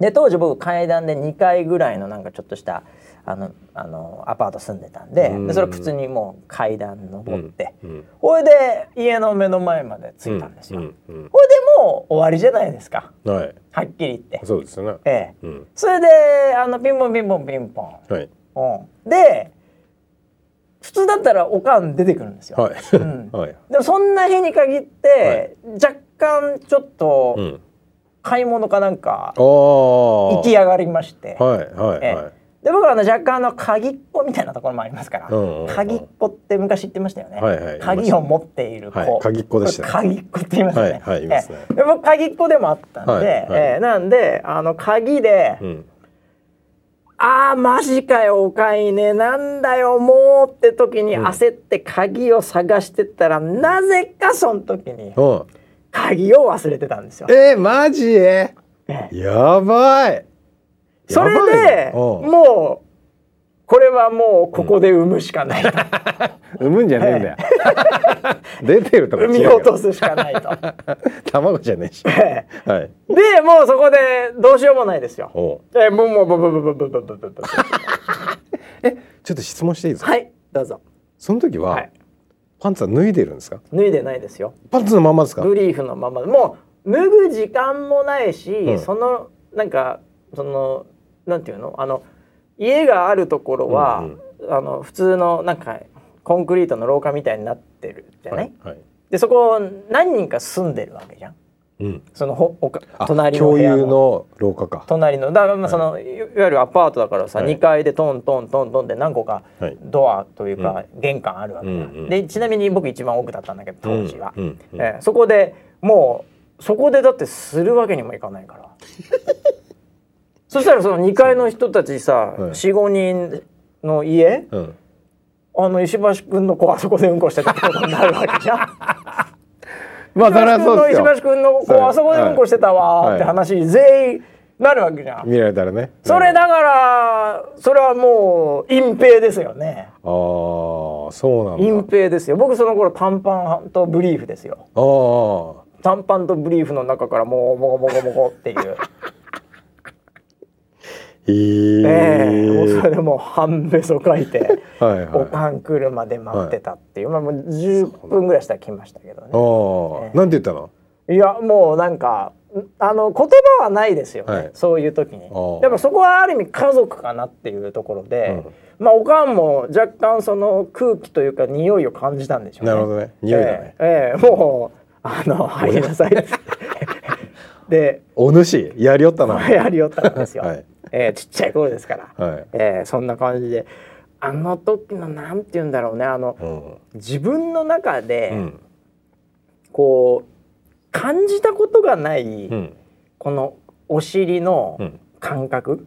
[SPEAKER 1] で当時僕階段で2階ぐらいのなんかちょっとしたあのあのアパート住んでたんで,、
[SPEAKER 2] うん
[SPEAKER 1] でそれ普通にもう階段登って、
[SPEAKER 2] うんうん
[SPEAKER 1] ほいで家の目の前まで
[SPEAKER 2] う
[SPEAKER 1] 着いたんですよ、
[SPEAKER 2] んうん
[SPEAKER 1] ほいでもう終わりじゃないですか
[SPEAKER 2] うんはい
[SPEAKER 1] はっきり言って、
[SPEAKER 2] そうですね
[SPEAKER 1] ええ
[SPEAKER 2] うん
[SPEAKER 1] それであのピンポンピンポンピンポ
[SPEAKER 2] はい
[SPEAKER 1] ン、うん、で普通だったらおかん出てくるんですよ、
[SPEAKER 2] はい、
[SPEAKER 1] ん
[SPEAKER 2] (laughs) はい
[SPEAKER 1] でもそんな日に限って、若干ちょっ
[SPEAKER 2] う
[SPEAKER 1] と
[SPEAKER 2] ん
[SPEAKER 1] 買い物かなんか
[SPEAKER 2] ああ
[SPEAKER 1] 行き上がりまして、
[SPEAKER 2] はいはい
[SPEAKER 1] え
[SPEAKER 2] はい
[SPEAKER 1] えで僕はあの若干あの鍵っ子みたいなところもありますから、
[SPEAKER 2] うんうんうん
[SPEAKER 1] 鍵っ子って昔言ってましたよね、
[SPEAKER 2] はいはい
[SPEAKER 1] 鍵を持っている子、
[SPEAKER 2] はい鍵っ子でしたね
[SPEAKER 1] これ鍵っ子って言いますよね、
[SPEAKER 2] はいはいいますね
[SPEAKER 1] ええで僕鍵っ子でもあったんで、
[SPEAKER 2] はいはい
[SPEAKER 1] ええなんであの鍵で、
[SPEAKER 2] うん
[SPEAKER 1] ああマジかよおかいねなんだよもうって時に焦って鍵を探してったら、なぜかその時に
[SPEAKER 2] うん
[SPEAKER 1] 鍵を忘れてたんですよ。
[SPEAKER 2] えー、マジ
[SPEAKER 1] ええ
[SPEAKER 2] やばい
[SPEAKER 1] それで、もうこれはもうここで産むしかないと、
[SPEAKER 2] 産むんじゃねえんだよ出てるとか
[SPEAKER 1] 産み
[SPEAKER 2] 違う
[SPEAKER 1] 落
[SPEAKER 2] か
[SPEAKER 1] とすしかない
[SPEAKER 2] (laughs)
[SPEAKER 1] と。
[SPEAKER 2] ら卵じゃねえし
[SPEAKER 1] え
[SPEAKER 2] はい
[SPEAKER 1] え (laughs) でもうそこでどうしようもないですよ。
[SPEAKER 2] おう
[SPEAKER 1] えー、もうもうブブブブブブブブブ
[SPEAKER 2] ちょっと質問していいですか
[SPEAKER 1] はいどうぞ。
[SPEAKER 2] その時は、
[SPEAKER 1] はい
[SPEAKER 2] パンツは脱いでるんですか
[SPEAKER 1] 脱いでないですよ。
[SPEAKER 2] パンツのまんまですか
[SPEAKER 1] ブリーフのままもう脱ぐ時間もないし、
[SPEAKER 2] ん
[SPEAKER 1] そのなんかそのなんていうのあの家があるところは、あの普通のなんかコンクリートの廊下みたいになってるじゃない、
[SPEAKER 2] はい、はい
[SPEAKER 1] でそこ何人か住んでるわけじゃん
[SPEAKER 2] うん、
[SPEAKER 1] そのほおか
[SPEAKER 2] あ
[SPEAKER 1] 隣の部屋
[SPEAKER 2] 共有
[SPEAKER 1] の
[SPEAKER 2] の廊下か
[SPEAKER 1] 隣のだからまあその、い、わゆるアパートだからさ、
[SPEAKER 2] はい
[SPEAKER 1] 2階でトントントントンで何個か
[SPEAKER 2] はい
[SPEAKER 1] ドアというか玄関あるわけだ、
[SPEAKER 2] うんうん
[SPEAKER 1] でちなみに僕一番奥だったんだけど当時は、
[SPEAKER 2] うんうんうん
[SPEAKER 1] えーそこでもうそこでだってするわけにもいか
[SPEAKER 2] (laughs)
[SPEAKER 1] ないからそしたらその2階の人たちさ、
[SPEAKER 2] はい
[SPEAKER 1] 45人の家
[SPEAKER 2] うん
[SPEAKER 1] あの石橋君の子はそこでうんこしてたってことになるわけじゃん。
[SPEAKER 2] まあ (laughs) それは
[SPEAKER 1] 石橋
[SPEAKER 2] そう
[SPEAKER 1] 君
[SPEAKER 2] です
[SPEAKER 1] の石橋
[SPEAKER 2] よ
[SPEAKER 1] 君の子あそこでうんこしてたわーって話全員なるわけじゃん。
[SPEAKER 2] 見られたらね
[SPEAKER 1] それだからそれはもう隠蔽ですよね。
[SPEAKER 2] ああーそうなんだ
[SPEAKER 1] 隠蔽ですよ。僕その頃短パンとブリーフですよ。
[SPEAKER 2] あー
[SPEAKER 1] 短パンとブリーフの中からもうボコボコボコっていう。
[SPEAKER 2] えー、
[SPEAKER 1] ええもうそれでもう半べそ書いて
[SPEAKER 2] はいはい
[SPEAKER 1] おかん来るまで待ってたっていう、まあもう10分ぐらいしたら来ましたけどね
[SPEAKER 2] ああ、なんて言ったの
[SPEAKER 1] いやもうなんかんあの言葉はないですよね、
[SPEAKER 2] はい
[SPEAKER 1] そういう時に
[SPEAKER 2] ー
[SPEAKER 1] やっぱそこはある意味家族かなっていうところで、まあおかんも若干その空気というか匂いを感じたんでしょうね
[SPEAKER 2] なるほどね匂いだね、
[SPEAKER 1] ええええもうあの入り
[SPEAKER 2] (laughs)
[SPEAKER 1] なさいってで
[SPEAKER 2] お主やりよったなはい
[SPEAKER 1] やりよったんですよ、
[SPEAKER 2] はい
[SPEAKER 1] ええちっちゃい頃ですから、
[SPEAKER 2] はい
[SPEAKER 1] えーそんな感じであの時のなんて言うんだろうねあの、
[SPEAKER 2] うん
[SPEAKER 1] 自分の中で、
[SPEAKER 2] うん
[SPEAKER 1] こう感じたことがない、
[SPEAKER 2] うん
[SPEAKER 1] このお尻の
[SPEAKER 2] うん
[SPEAKER 1] 感覚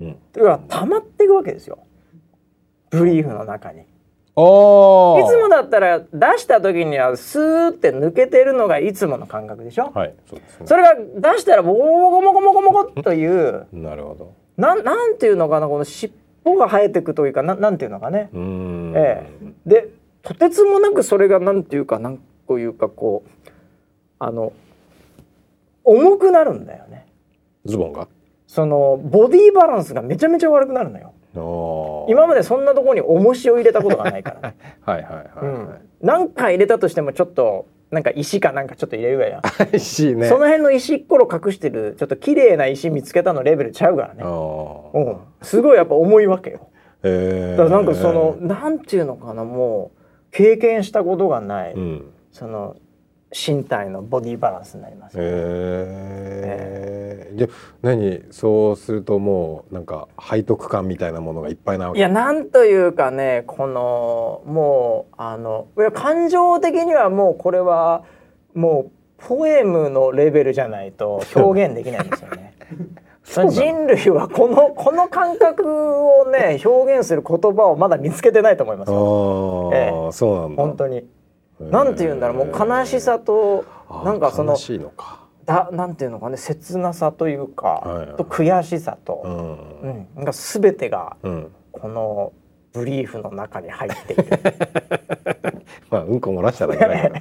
[SPEAKER 2] うん
[SPEAKER 1] が溜まっていくわけですよブリーフの中に。い
[SPEAKER 2] ああ
[SPEAKER 1] つもだったら出した時にはスーって抜けてるのがいつもの感覚でしょ、
[SPEAKER 2] はいそうですね
[SPEAKER 1] それが出したらボコボコボコボコボコという
[SPEAKER 2] なるほど
[SPEAKER 1] なんなんていうのかなこの尻尾が生えてくというかななんていうのかね
[SPEAKER 2] うーん
[SPEAKER 1] ええ、でとてつもなくそれがなんていうかなんというかこうあの重くなるんだよね
[SPEAKER 2] ズボンが
[SPEAKER 1] そのボディバランスがめちゃめちゃ悪くなるのよ
[SPEAKER 2] ああ
[SPEAKER 1] 今までそんなところに重しを入れたことがないから、
[SPEAKER 2] (laughs) はいはいは
[SPEAKER 1] う
[SPEAKER 2] い
[SPEAKER 1] ん
[SPEAKER 2] は、
[SPEAKER 1] 何回入れたとしてもちょっとなんか石かなんかちょっと入れるわよ、
[SPEAKER 2] い、嬉しいね
[SPEAKER 1] その辺の石っころ隠してるちょっと綺麗な石見つけたのレベルちゃうからね、
[SPEAKER 2] ああ
[SPEAKER 1] うん、すごいやっぱ重いわけよ
[SPEAKER 2] ええ
[SPEAKER 1] だからなんかその、なんていうのかなもう経験したことがない、
[SPEAKER 2] うん
[SPEAKER 1] その身体のボディバランスになります、
[SPEAKER 2] ええじゃあ何そうするともうなんか背徳感みたいなものがいっぱいなわ
[SPEAKER 1] い
[SPEAKER 2] け
[SPEAKER 1] やなんというかねこのもうあのいや感情的にはもうこれはもうポエムのレベルじゃないと表現できないんですよ
[SPEAKER 2] (laughs)
[SPEAKER 1] ね。その人類はこのこの感覚をね表現する言葉をまだ見つけてないと思います
[SPEAKER 2] あ
[SPEAKER 1] よ
[SPEAKER 2] あ、
[SPEAKER 1] え
[SPEAKER 2] そうなんだ
[SPEAKER 1] 本当に。なんて言うんだろうもう悲しさと
[SPEAKER 2] あー
[SPEAKER 1] なんかその
[SPEAKER 2] 悲しいのか
[SPEAKER 1] だなんていうのかね切なさという
[SPEAKER 2] はいはい
[SPEAKER 1] か
[SPEAKER 2] はい
[SPEAKER 1] と悔しさ
[SPEAKER 2] う
[SPEAKER 1] と、
[SPEAKER 2] ん
[SPEAKER 1] うん、なんか全てが
[SPEAKER 2] うん
[SPEAKER 1] このブリーフの中に入っている
[SPEAKER 2] まあうんこ漏らしただけだけど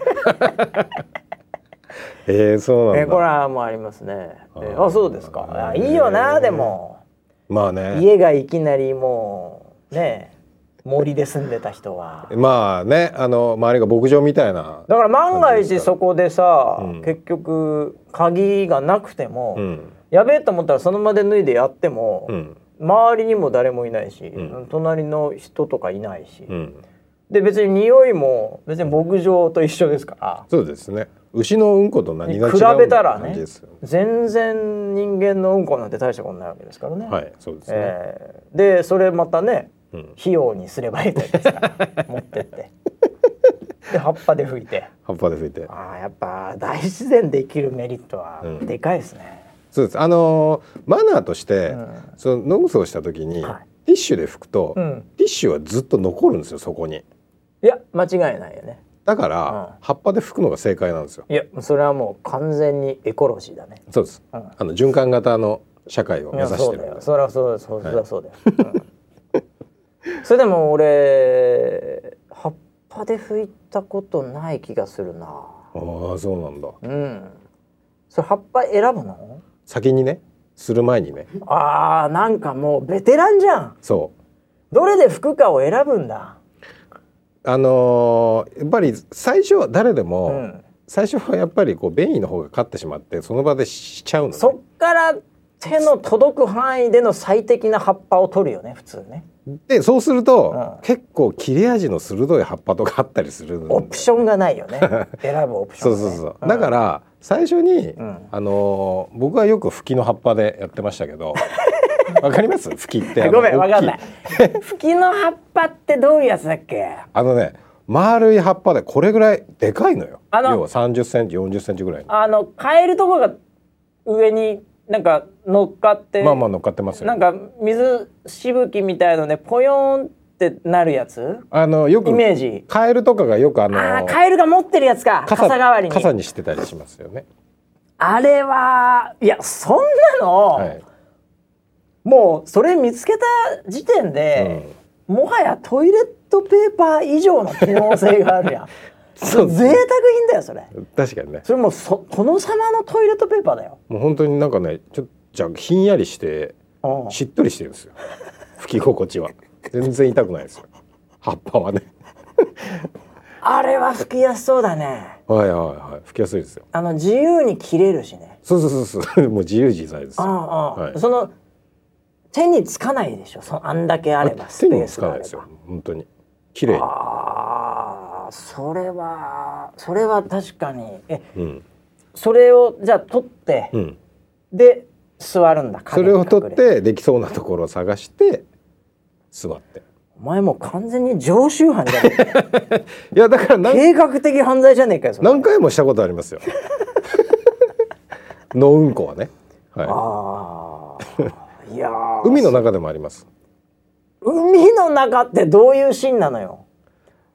[SPEAKER 2] (laughs) えー、そう
[SPEAKER 1] え
[SPEAKER 2] なん
[SPEAKER 1] ーこれ
[SPEAKER 2] だ
[SPEAKER 1] はもうありますねえー
[SPEAKER 2] あー
[SPEAKER 1] あそうですかあ
[SPEAKER 2] えー
[SPEAKER 1] いいよなでも
[SPEAKER 2] まあね
[SPEAKER 1] 家がいきなりもうね森で住んでた人は
[SPEAKER 2] まあねあの周りが牧場みたいな
[SPEAKER 1] だから万が一そこでさ、
[SPEAKER 2] うん
[SPEAKER 1] 結局鍵がなくても、
[SPEAKER 2] うん
[SPEAKER 1] やべえと思ったらその場で脱いでやっても、
[SPEAKER 2] うん
[SPEAKER 1] 周りにも誰もいないし、
[SPEAKER 2] う
[SPEAKER 1] 隣の人とかいないし、
[SPEAKER 2] うん
[SPEAKER 1] で別に匂いも別に牧場と一緒ですから
[SPEAKER 2] そうですね牛のうんこと何が違う
[SPEAKER 1] 比べたらね
[SPEAKER 2] 感じですよ
[SPEAKER 1] 全然人間のうんこなんて大したことないわけですからね。
[SPEAKER 2] はいそうですね、
[SPEAKER 1] えーでそれまたね、
[SPEAKER 2] うん
[SPEAKER 1] 費用にすればいいじゃないです
[SPEAKER 2] (laughs)
[SPEAKER 1] から持ってってで葉っぱで拭いて
[SPEAKER 2] 葉っぱで拭いて
[SPEAKER 1] ああやっぱ大自然で生きるメリットは
[SPEAKER 2] うん
[SPEAKER 1] でかいですね。
[SPEAKER 2] そうですあのーマナーとして、
[SPEAKER 1] ん
[SPEAKER 2] そのノグソをした時に、
[SPEAKER 1] はい
[SPEAKER 2] ティッシュで拭くと、
[SPEAKER 1] うん
[SPEAKER 2] ティッシュはずっと残るんですよそこに
[SPEAKER 1] いや間違いないよね。
[SPEAKER 2] だから、葉っぱで拭くのが正解なんですよ
[SPEAKER 1] いやそれはもう完全にエコロジーだね。
[SPEAKER 2] そうです、
[SPEAKER 1] うん
[SPEAKER 2] あの循環型の社会を目指してるんだ
[SPEAKER 1] いやそうだよそりゃそうだよそりゃそうだよ、うん (laughs) それでも俺葉っぱで拭いたことない気がするな
[SPEAKER 2] ああそうなんだ
[SPEAKER 1] うんそれ葉っぱ選ぶの
[SPEAKER 2] 先にねする前にね
[SPEAKER 1] あーなんかもうベテランじゃん
[SPEAKER 2] そ
[SPEAKER 1] どれで拭くかを選ぶんだ
[SPEAKER 2] うあのーやっぱり最初は誰でも、
[SPEAKER 1] うん
[SPEAKER 2] 最初はやっぱりこう便意の方が勝ってしまってその場でしちゃうのね、
[SPEAKER 1] そっから手の届く範囲での最適な葉っぱを取るよね普通ね
[SPEAKER 2] でそうする
[SPEAKER 1] う
[SPEAKER 2] と、
[SPEAKER 1] ん
[SPEAKER 2] 結構切れ味の鋭い葉っぱとかあったりするんだよ
[SPEAKER 1] オプションがないよ
[SPEAKER 2] (laughs)
[SPEAKER 1] ね選ぶオプション
[SPEAKER 2] そ
[SPEAKER 1] が
[SPEAKER 2] う
[SPEAKER 1] ね、
[SPEAKER 2] そうそう、
[SPEAKER 1] ん
[SPEAKER 2] だから最初に、
[SPEAKER 1] ん
[SPEAKER 2] あのー僕はよくフキの葉っぱでやってましたけ
[SPEAKER 1] (laughs)
[SPEAKER 2] どわかりますフキってあの
[SPEAKER 1] ごめん
[SPEAKER 2] 大
[SPEAKER 1] わ
[SPEAKER 2] き
[SPEAKER 1] かんない (laughs) 吹きの葉っぱってどういうやつだっけ
[SPEAKER 2] あのね丸い葉っぱでこれぐらいでかいのよ
[SPEAKER 1] あの
[SPEAKER 2] 要は3 0ンチ4 0ンチぐらいの
[SPEAKER 1] あのカエルとかが上になんか乗っかって、
[SPEAKER 2] まあまあ乗っかってますよ
[SPEAKER 1] なんか水しぶきみたいのでポヨーンってなるやつ
[SPEAKER 2] あのよく
[SPEAKER 1] イメージ
[SPEAKER 2] カエルとかがよくあの
[SPEAKER 1] あーカエルが持ってるやつか傘代わりに
[SPEAKER 2] 傘にしてたりしますよね。
[SPEAKER 1] あれはいやそんなの、
[SPEAKER 2] はい。
[SPEAKER 1] もうそれ見つけた時点で、もはやトイレットペーパー以上の機能性があるやん
[SPEAKER 2] (laughs) そう
[SPEAKER 1] 贅沢品だよそれ
[SPEAKER 2] 確かにね。
[SPEAKER 1] それもうそ殿様のトイレットペーパーだよ、
[SPEAKER 2] もう本当になんかねちょっと若干ひんやりして
[SPEAKER 1] うん
[SPEAKER 2] しっとりしてるんで
[SPEAKER 1] (laughs)
[SPEAKER 2] すよ。吹き心地は全然痛くないですよ。葉っぱはね。
[SPEAKER 1] あれは吹きやすそうだね
[SPEAKER 2] はいはいはい吹きやすいですよ。
[SPEAKER 1] あの自由に切れるしね
[SPEAKER 2] そうそうそうそう (laughs) もう自由自在です
[SPEAKER 1] ああ
[SPEAKER 2] よ。
[SPEAKER 1] ああ、
[SPEAKER 2] はい
[SPEAKER 1] その手につかないでしょそあんだけあればスペ
[SPEAKER 2] 手
[SPEAKER 1] ー
[SPEAKER 2] にも
[SPEAKER 1] ス
[SPEAKER 2] つか
[SPEAKER 1] が
[SPEAKER 2] な
[SPEAKER 1] あ
[SPEAKER 2] い
[SPEAKER 1] れ
[SPEAKER 2] です
[SPEAKER 1] ば
[SPEAKER 2] よ本当に綺麗に。
[SPEAKER 1] ああそれはそれは確かにえ
[SPEAKER 2] うん
[SPEAKER 1] それをじゃあ取って、
[SPEAKER 2] うん。
[SPEAKER 1] で座るんだ
[SPEAKER 2] そ
[SPEAKER 1] 影に
[SPEAKER 2] れ
[SPEAKER 1] 隠
[SPEAKER 2] を取ってできそうなところを探して座って。
[SPEAKER 1] お前もう完全に常習犯じゃねえか
[SPEAKER 2] いやだからなん
[SPEAKER 1] 計画的犯罪じゃねえかよそれ
[SPEAKER 2] 何回もしたことあ
[SPEAKER 1] (laughs)
[SPEAKER 2] りますよ。の (laughs) うんこはね。は
[SPEAKER 1] あ
[SPEAKER 2] (laughs)
[SPEAKER 1] あいや
[SPEAKER 2] い。
[SPEAKER 1] ー
[SPEAKER 2] 海の中でもあります。
[SPEAKER 1] 海の中ってどういうシーンなのよ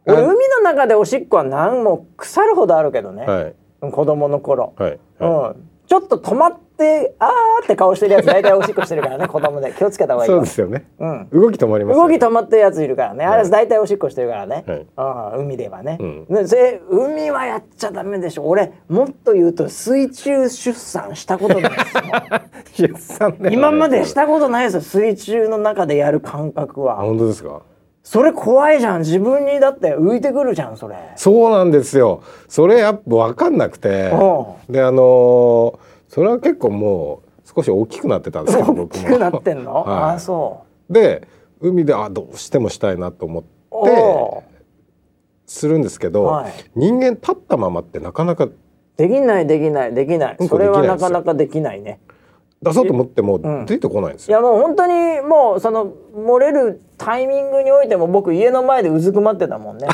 [SPEAKER 1] 俺
[SPEAKER 2] あ
[SPEAKER 1] 海の中でおしっこは何も腐るほどあるけどね、
[SPEAKER 2] はい
[SPEAKER 1] 子供の頃、
[SPEAKER 2] はい。
[SPEAKER 1] うん、ちょっと止まってあーって顔してるやつ大体おしっこしてるからね子供で気をつけた方がいい
[SPEAKER 2] そう
[SPEAKER 1] よ
[SPEAKER 2] ですよね。
[SPEAKER 1] うん
[SPEAKER 2] 動き止まりますよ
[SPEAKER 1] 動き
[SPEAKER 2] ね。
[SPEAKER 1] 止まってるやついるからね、あ
[SPEAKER 2] は
[SPEAKER 1] れ
[SPEAKER 2] い
[SPEAKER 1] 大体おしっこしてるからね、うん海ではね、
[SPEAKER 2] うん
[SPEAKER 1] でそれ海はやっちゃダメでしょ俺もっと言うと水中出産したことないですよ
[SPEAKER 2] (laughs) 出産ね
[SPEAKER 1] 今までし。たことないですよ水中の中でやる感覚
[SPEAKER 2] あ
[SPEAKER 1] は
[SPEAKER 2] 本当ですか。
[SPEAKER 1] それ怖いじゃん自分にだって浮いてくるじゃんそれ
[SPEAKER 2] そうなんですよ。それやっぱ分かんなくて
[SPEAKER 1] お。
[SPEAKER 2] であのーそれは結構もう少し大きくなってたんですけど
[SPEAKER 1] 大
[SPEAKER 2] 僕
[SPEAKER 1] き
[SPEAKER 2] も。
[SPEAKER 1] くなってんの、
[SPEAKER 2] はい
[SPEAKER 1] あそう
[SPEAKER 2] で海であどうしてもしたいなと思
[SPEAKER 1] お
[SPEAKER 2] ってするんですけど、
[SPEAKER 1] はい
[SPEAKER 2] 人間立ったままってなかなか
[SPEAKER 1] できないできないできない
[SPEAKER 2] うん
[SPEAKER 1] そ
[SPEAKER 2] こで
[SPEAKER 1] れ
[SPEAKER 2] きない
[SPEAKER 1] は
[SPEAKER 2] です
[SPEAKER 1] な
[SPEAKER 2] よ
[SPEAKER 1] かなかできないね
[SPEAKER 2] 出そうと思っても
[SPEAKER 1] ん
[SPEAKER 2] 出てこないんです
[SPEAKER 1] い
[SPEAKER 2] よ。
[SPEAKER 1] やもう本当にもうその漏れるタイミングにおいても僕家の前でうずくまってたもんね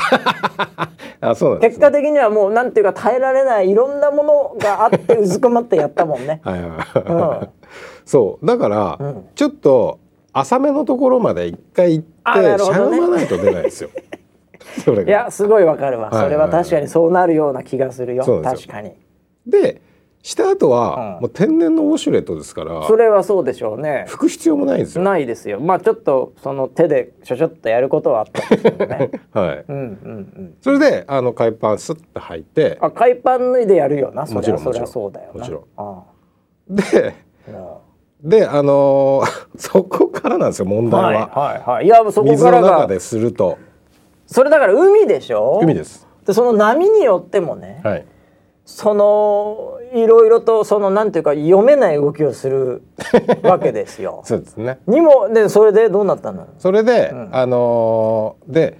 [SPEAKER 2] あそうなんで
[SPEAKER 1] 結
[SPEAKER 2] す
[SPEAKER 1] 果的にはもうなんていうか耐えられないいろんなものがあってうずくまってやったもんね
[SPEAKER 2] はいはいはい、 (laughs) そうだから、
[SPEAKER 1] ん
[SPEAKER 2] ちょっと浅めのところまで一回行って
[SPEAKER 1] あなる
[SPEAKER 2] し
[SPEAKER 1] ほ
[SPEAKER 2] ゃ
[SPEAKER 1] ど
[SPEAKER 2] が
[SPEAKER 1] ね
[SPEAKER 2] まないと出ないん
[SPEAKER 1] (laughs)
[SPEAKER 2] ですよ。そ
[SPEAKER 1] (laughs)
[SPEAKER 2] れ
[SPEAKER 1] い
[SPEAKER 2] が
[SPEAKER 1] やすごいわかるわ、
[SPEAKER 2] はいはいはい
[SPEAKER 1] それは確かにそうなるような気がするよ
[SPEAKER 2] そうなんです
[SPEAKER 1] 確
[SPEAKER 2] よ
[SPEAKER 1] かに
[SPEAKER 2] でした後は、
[SPEAKER 1] うん
[SPEAKER 2] もう天然のウォシュレットですから
[SPEAKER 1] それはそうでしょうね
[SPEAKER 2] 拭く必要もないんですよ。
[SPEAKER 1] ないですよまあちょっとその手でちょちょっとやることはあったんですけど (laughs) ね
[SPEAKER 2] はい、
[SPEAKER 1] うんうんうん
[SPEAKER 2] それであの海パンスッと履いて
[SPEAKER 1] あ海パン脱いでやるよなそ
[SPEAKER 2] も
[SPEAKER 1] り
[SPEAKER 2] ち
[SPEAKER 1] ゃ
[SPEAKER 2] ろん
[SPEAKER 1] そ
[SPEAKER 2] も
[SPEAKER 1] り
[SPEAKER 2] ちろ
[SPEAKER 1] ゃ
[SPEAKER 2] ん
[SPEAKER 1] そうだよな
[SPEAKER 2] もちろん
[SPEAKER 1] あ
[SPEAKER 2] で
[SPEAKER 1] あうん
[SPEAKER 2] であのー (laughs) そこからなんですよ問題は。
[SPEAKER 1] はいはいはいいやそこ
[SPEAKER 2] 水
[SPEAKER 1] から
[SPEAKER 2] の中
[SPEAKER 1] が
[SPEAKER 2] ですると
[SPEAKER 1] それだから海でしょ
[SPEAKER 2] 海です。
[SPEAKER 1] でその波によってもね、
[SPEAKER 2] はい。
[SPEAKER 1] そのいろいろとそのなんていうか読めない動きをするわけです
[SPEAKER 2] (laughs)
[SPEAKER 1] よ。
[SPEAKER 2] そうですね。
[SPEAKER 1] にもでそれでどうなったの
[SPEAKER 2] それで、あのーで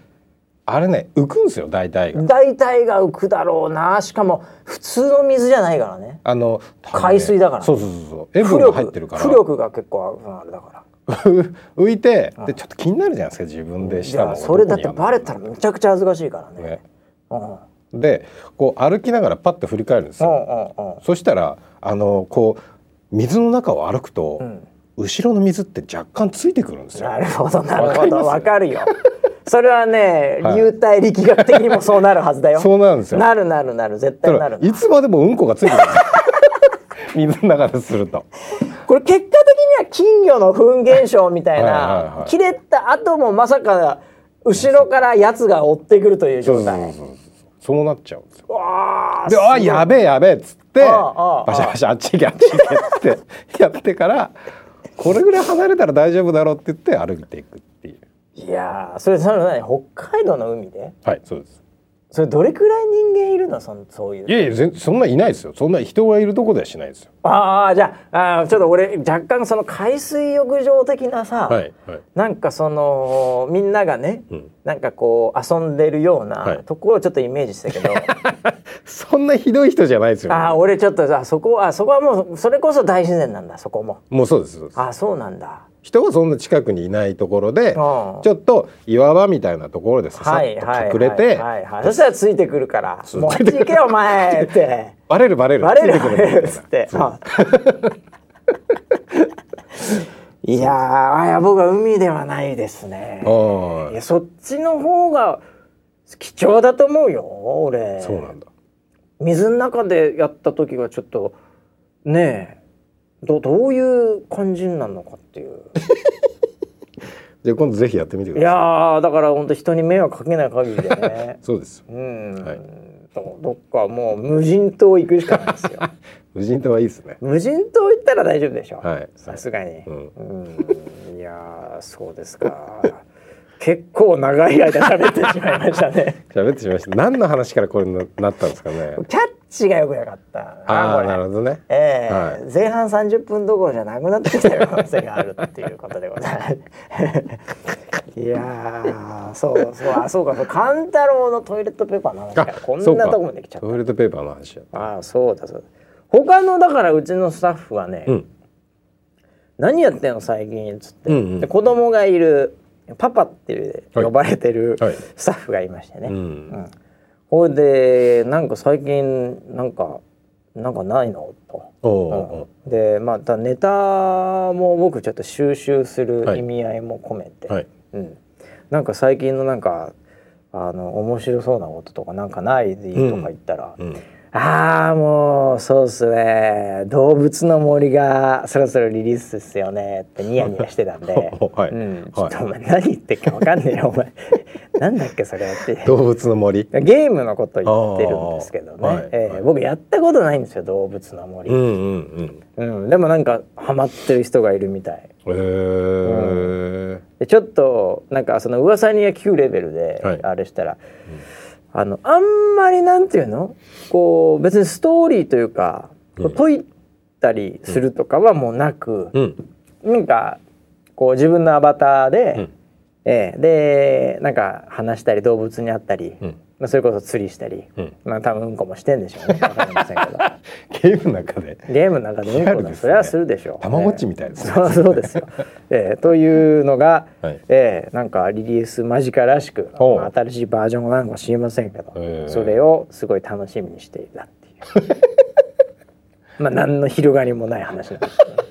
[SPEAKER 2] あれね浮くんですよ大体が。
[SPEAKER 1] 大体が浮くだろうなしかも普通の水じゃないからね
[SPEAKER 2] あの多分ね
[SPEAKER 1] 海水だから
[SPEAKER 2] そうそうそうそう塩
[SPEAKER 1] 浮
[SPEAKER 2] 分が
[SPEAKER 1] 力
[SPEAKER 2] 入ってるから
[SPEAKER 1] 浮力が結構あるあれだから
[SPEAKER 2] (laughs) 浮いてでちょっと気になるじゃないですか自分で
[SPEAKER 1] い
[SPEAKER 2] した
[SPEAKER 1] や
[SPEAKER 2] の
[SPEAKER 1] それだってバレ
[SPEAKER 2] て
[SPEAKER 1] たらめちゃくちゃ恥ずかしいからね
[SPEAKER 2] ね
[SPEAKER 1] うんうんうん
[SPEAKER 2] でこう歩きながらパッと振り返るんですよ、
[SPEAKER 1] うん
[SPEAKER 2] そしたらあのこう水の中を歩くと、後ろの水って若干ついてくるんですよ
[SPEAKER 1] なるほどなる
[SPEAKER 2] わか
[SPEAKER 1] ほ
[SPEAKER 2] り
[SPEAKER 1] ど
[SPEAKER 2] ます
[SPEAKER 1] わかる
[SPEAKER 2] (laughs)
[SPEAKER 1] よ。それはね、
[SPEAKER 2] はい
[SPEAKER 1] 流体力学的にもそうなるはずだよ。
[SPEAKER 2] そうなんですよ
[SPEAKER 1] なるなるなる絶対
[SPEAKER 2] だ
[SPEAKER 1] な
[SPEAKER 2] から
[SPEAKER 1] るな。
[SPEAKER 2] (laughs) いつまでもうんこがついてくるんですよ水の中ですると
[SPEAKER 1] これ結果的は金魚の糞現象みたい
[SPEAKER 2] はいはいは
[SPEAKER 1] ない切れた後もまさか後ろからやつが追ってくるという
[SPEAKER 2] そう
[SPEAKER 1] 状
[SPEAKER 2] そう
[SPEAKER 1] 態
[SPEAKER 2] そうそうそうなっちゃうんですよ
[SPEAKER 1] わあ
[SPEAKER 2] で「あやべえやべえ」っつって
[SPEAKER 1] あああ
[SPEAKER 2] バシャバシャあっち行けあっち行けっつってや (laughs) ってからこれぐらい離れたら大丈夫だろうって言って歩いていくっていう
[SPEAKER 1] いやーそれそれ何北海道の海で
[SPEAKER 2] はいそうです
[SPEAKER 1] それどれくらい人間いるのそのそういう
[SPEAKER 2] いやいや全そんないないですよそんな人がいるとこではしないですよ
[SPEAKER 1] ああじゃああーちょっと俺若干その海水浴場的なさ、
[SPEAKER 2] はいはい
[SPEAKER 1] なんかそのみんながね、
[SPEAKER 2] うん
[SPEAKER 1] なんかこう遊んでるよう
[SPEAKER 2] は
[SPEAKER 1] ないところをちょっとイメージしたけ
[SPEAKER 2] (laughs)
[SPEAKER 1] ど、
[SPEAKER 2] そんなひどい人じゃないですよ
[SPEAKER 1] ああ俺ちょっとさそこあそこはもうそれこそ大自然なんだそこも
[SPEAKER 2] もうそうですそうです
[SPEAKER 1] ああそうなんだ
[SPEAKER 2] 人はそんな近くにいないところでち
[SPEAKER 1] う
[SPEAKER 2] ょ
[SPEAKER 1] ん
[SPEAKER 2] っと岩場みたいなところでささっ
[SPEAKER 1] はいはい
[SPEAKER 2] と隠れて
[SPEAKER 1] はいはい、そしたらついてくるから「
[SPEAKER 2] い
[SPEAKER 1] もうあっち行けよお前」って
[SPEAKER 2] バレるバレる
[SPEAKER 1] バレる
[SPEAKER 2] (laughs) ついて
[SPEAKER 1] バレ
[SPEAKER 2] く
[SPEAKER 1] るっ (laughs) つっ
[SPEAKER 2] みたいな
[SPEAKER 1] て。あいやーあいや僕は海ではないですね。
[SPEAKER 2] はい
[SPEAKER 1] やそっちの方が貴重だと思うよ俺
[SPEAKER 2] いそうなんだ
[SPEAKER 1] 水の中でやった時はちょっとねえどどういう感じになるのかっていう
[SPEAKER 2] じゃあ今度ぜひやってみてく
[SPEAKER 1] い
[SPEAKER 2] ださ
[SPEAKER 1] や
[SPEAKER 2] い
[SPEAKER 1] ーだから本当人に迷惑かけない限りで
[SPEAKER 2] (laughs)
[SPEAKER 1] ね
[SPEAKER 2] そうですよ
[SPEAKER 1] うん、
[SPEAKER 2] はい
[SPEAKER 1] どどっかもう無人島行くしかないですよ
[SPEAKER 2] (laughs) 無人島はいいですね
[SPEAKER 1] 無人島行ったら大丈夫でしょ
[SPEAKER 2] はい
[SPEAKER 1] さすがに、
[SPEAKER 2] うん
[SPEAKER 1] うんいやーそうですか結構長い間喋ってしまいましたね
[SPEAKER 2] (laughs) 喋ってしまいました何の話からこれになったんですかね
[SPEAKER 1] キャッチが良くなかったな
[SPEAKER 2] あ
[SPEAKER 1] こ
[SPEAKER 2] あ
[SPEAKER 1] れ
[SPEAKER 2] なるほどね
[SPEAKER 1] ええ
[SPEAKER 2] はい
[SPEAKER 1] 前半30分どころじゃなくなってきてる可能性があるっていうことでござい
[SPEAKER 2] (laughs)
[SPEAKER 1] ます。いやーそうそうあそうかそうカンタロウのトイレットペーパーの話からこん
[SPEAKER 2] そう
[SPEAKER 1] な
[SPEAKER 2] か
[SPEAKER 1] とこまで来ちゃっ
[SPEAKER 2] トイレットペーパーの話や
[SPEAKER 1] たああそうだそうだ他のだからうちのスタッフはね、
[SPEAKER 2] うん
[SPEAKER 1] 何やってんの最近っつって、
[SPEAKER 2] うんうん
[SPEAKER 1] で子供がいるパパって呼ばれてる
[SPEAKER 2] はいはい
[SPEAKER 1] スタッフがいましてね、
[SPEAKER 2] うん
[SPEAKER 1] うんほいでなんか最近なんかなんかないのと、
[SPEAKER 2] お
[SPEAKER 1] うん
[SPEAKER 2] お
[SPEAKER 1] でまたネタも僕ちょっと収集する意味合いも込めて、
[SPEAKER 2] ーはい
[SPEAKER 1] うん、なんか最近のなんかあの面白そうなこととかなんかないでいいとか言ったら「
[SPEAKER 2] うん
[SPEAKER 1] ああもうそうっすね動物の森がそろそろリリースですよね」ってニヤニヤしてたんで
[SPEAKER 2] (laughs) はい
[SPEAKER 1] うん、ちょ
[SPEAKER 2] は
[SPEAKER 1] っ
[SPEAKER 2] い
[SPEAKER 1] とお前何言ってるか分かんねえよお
[SPEAKER 2] (laughs)
[SPEAKER 1] 前なんだっけそれって。
[SPEAKER 2] 動物の森
[SPEAKER 1] ゲームのこと言ってるんですけどね、
[SPEAKER 2] あーはい
[SPEAKER 1] えー
[SPEAKER 2] はい
[SPEAKER 1] 僕やったことないんですよ動物の森、
[SPEAKER 2] う
[SPEAKER 1] うん
[SPEAKER 2] んうん
[SPEAKER 1] でもなんかハマってる人がいるみたい
[SPEAKER 2] うんへえ
[SPEAKER 1] でちょっとなんかその噂には聞くレベルで
[SPEAKER 2] はい
[SPEAKER 1] あれしたら、あのあんまりなんていうのこう別にストーリーというか、こう
[SPEAKER 2] う
[SPEAKER 1] 解
[SPEAKER 2] ん
[SPEAKER 1] いたりするとかはもうなく、
[SPEAKER 2] うん
[SPEAKER 1] なんかこう自分のアバターで、
[SPEAKER 2] うん
[SPEAKER 1] えーでなんか話したり動物に会ったり、
[SPEAKER 2] うん
[SPEAKER 1] まあ、それこそ釣りしたり、
[SPEAKER 2] うん
[SPEAKER 1] まあ多分うんこもしてんでしょうね。わかりません
[SPEAKER 2] (laughs)
[SPEAKER 1] けど。
[SPEAKER 2] ゲームの中で
[SPEAKER 1] ゲームの中でうん
[SPEAKER 2] リア
[SPEAKER 1] こ
[SPEAKER 2] ル
[SPEAKER 1] だ、
[SPEAKER 2] ですね
[SPEAKER 1] それはするでしょう。
[SPEAKER 2] たまごっちみたいですね
[SPEAKER 1] ええそうそうですよ。ええというのが、
[SPEAKER 2] はい
[SPEAKER 1] ええなんかリリース間近らしく、
[SPEAKER 2] おう
[SPEAKER 1] まあ新しいバージョンなのか知りませんけど、
[SPEAKER 2] へえ
[SPEAKER 1] それをすごい楽しみにしていたっていう。まあ何の広がりもない話なんですけど、ね。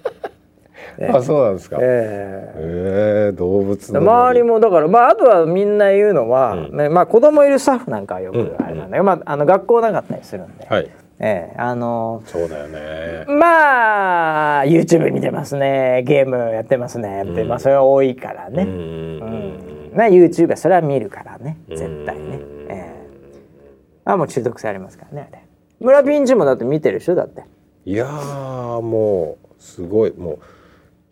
[SPEAKER 2] あそうなんですかへ
[SPEAKER 1] ええ
[SPEAKER 2] え動物の
[SPEAKER 1] 周り
[SPEAKER 2] 森
[SPEAKER 1] もだから、まあ、あとはみんな言うのは、ねまあ、子供いるスタッフなんかはよくあれなんだけど、まあ、あの学校なかったりするんで、
[SPEAKER 2] はい
[SPEAKER 1] ええあの
[SPEAKER 2] そうだよね
[SPEAKER 1] まあ YouTube 見てますねゲームやってますねって、まあそれは多いから
[SPEAKER 2] う
[SPEAKER 1] ね、
[SPEAKER 2] ん
[SPEAKER 1] うんまあ YouTube はそれは見るからね絶対ね、
[SPEAKER 2] うん
[SPEAKER 1] ええあもう中毒性ありますからねあれ村ピンチもだって見てるでしょだって
[SPEAKER 2] いやーもうすごいもう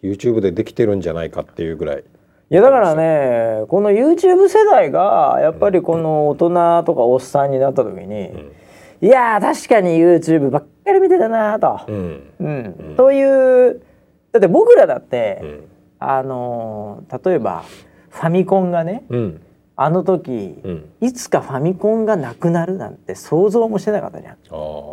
[SPEAKER 2] YouTube でできてるんじゃないかっていうぐらい
[SPEAKER 1] いやだからねこの YouTube 世代がやっぱりこの大人とかおっさんになった時に、いやー確かに YouTube ばっかり見てたなと、
[SPEAKER 2] うん
[SPEAKER 1] うん、というだって僕らだって、
[SPEAKER 2] ん
[SPEAKER 1] あのー例えばファミコンがね
[SPEAKER 2] うん
[SPEAKER 1] あの時、
[SPEAKER 2] うん
[SPEAKER 1] いつかファミコンがなくなるなんて想像もしてなかったじゃん
[SPEAKER 2] ああ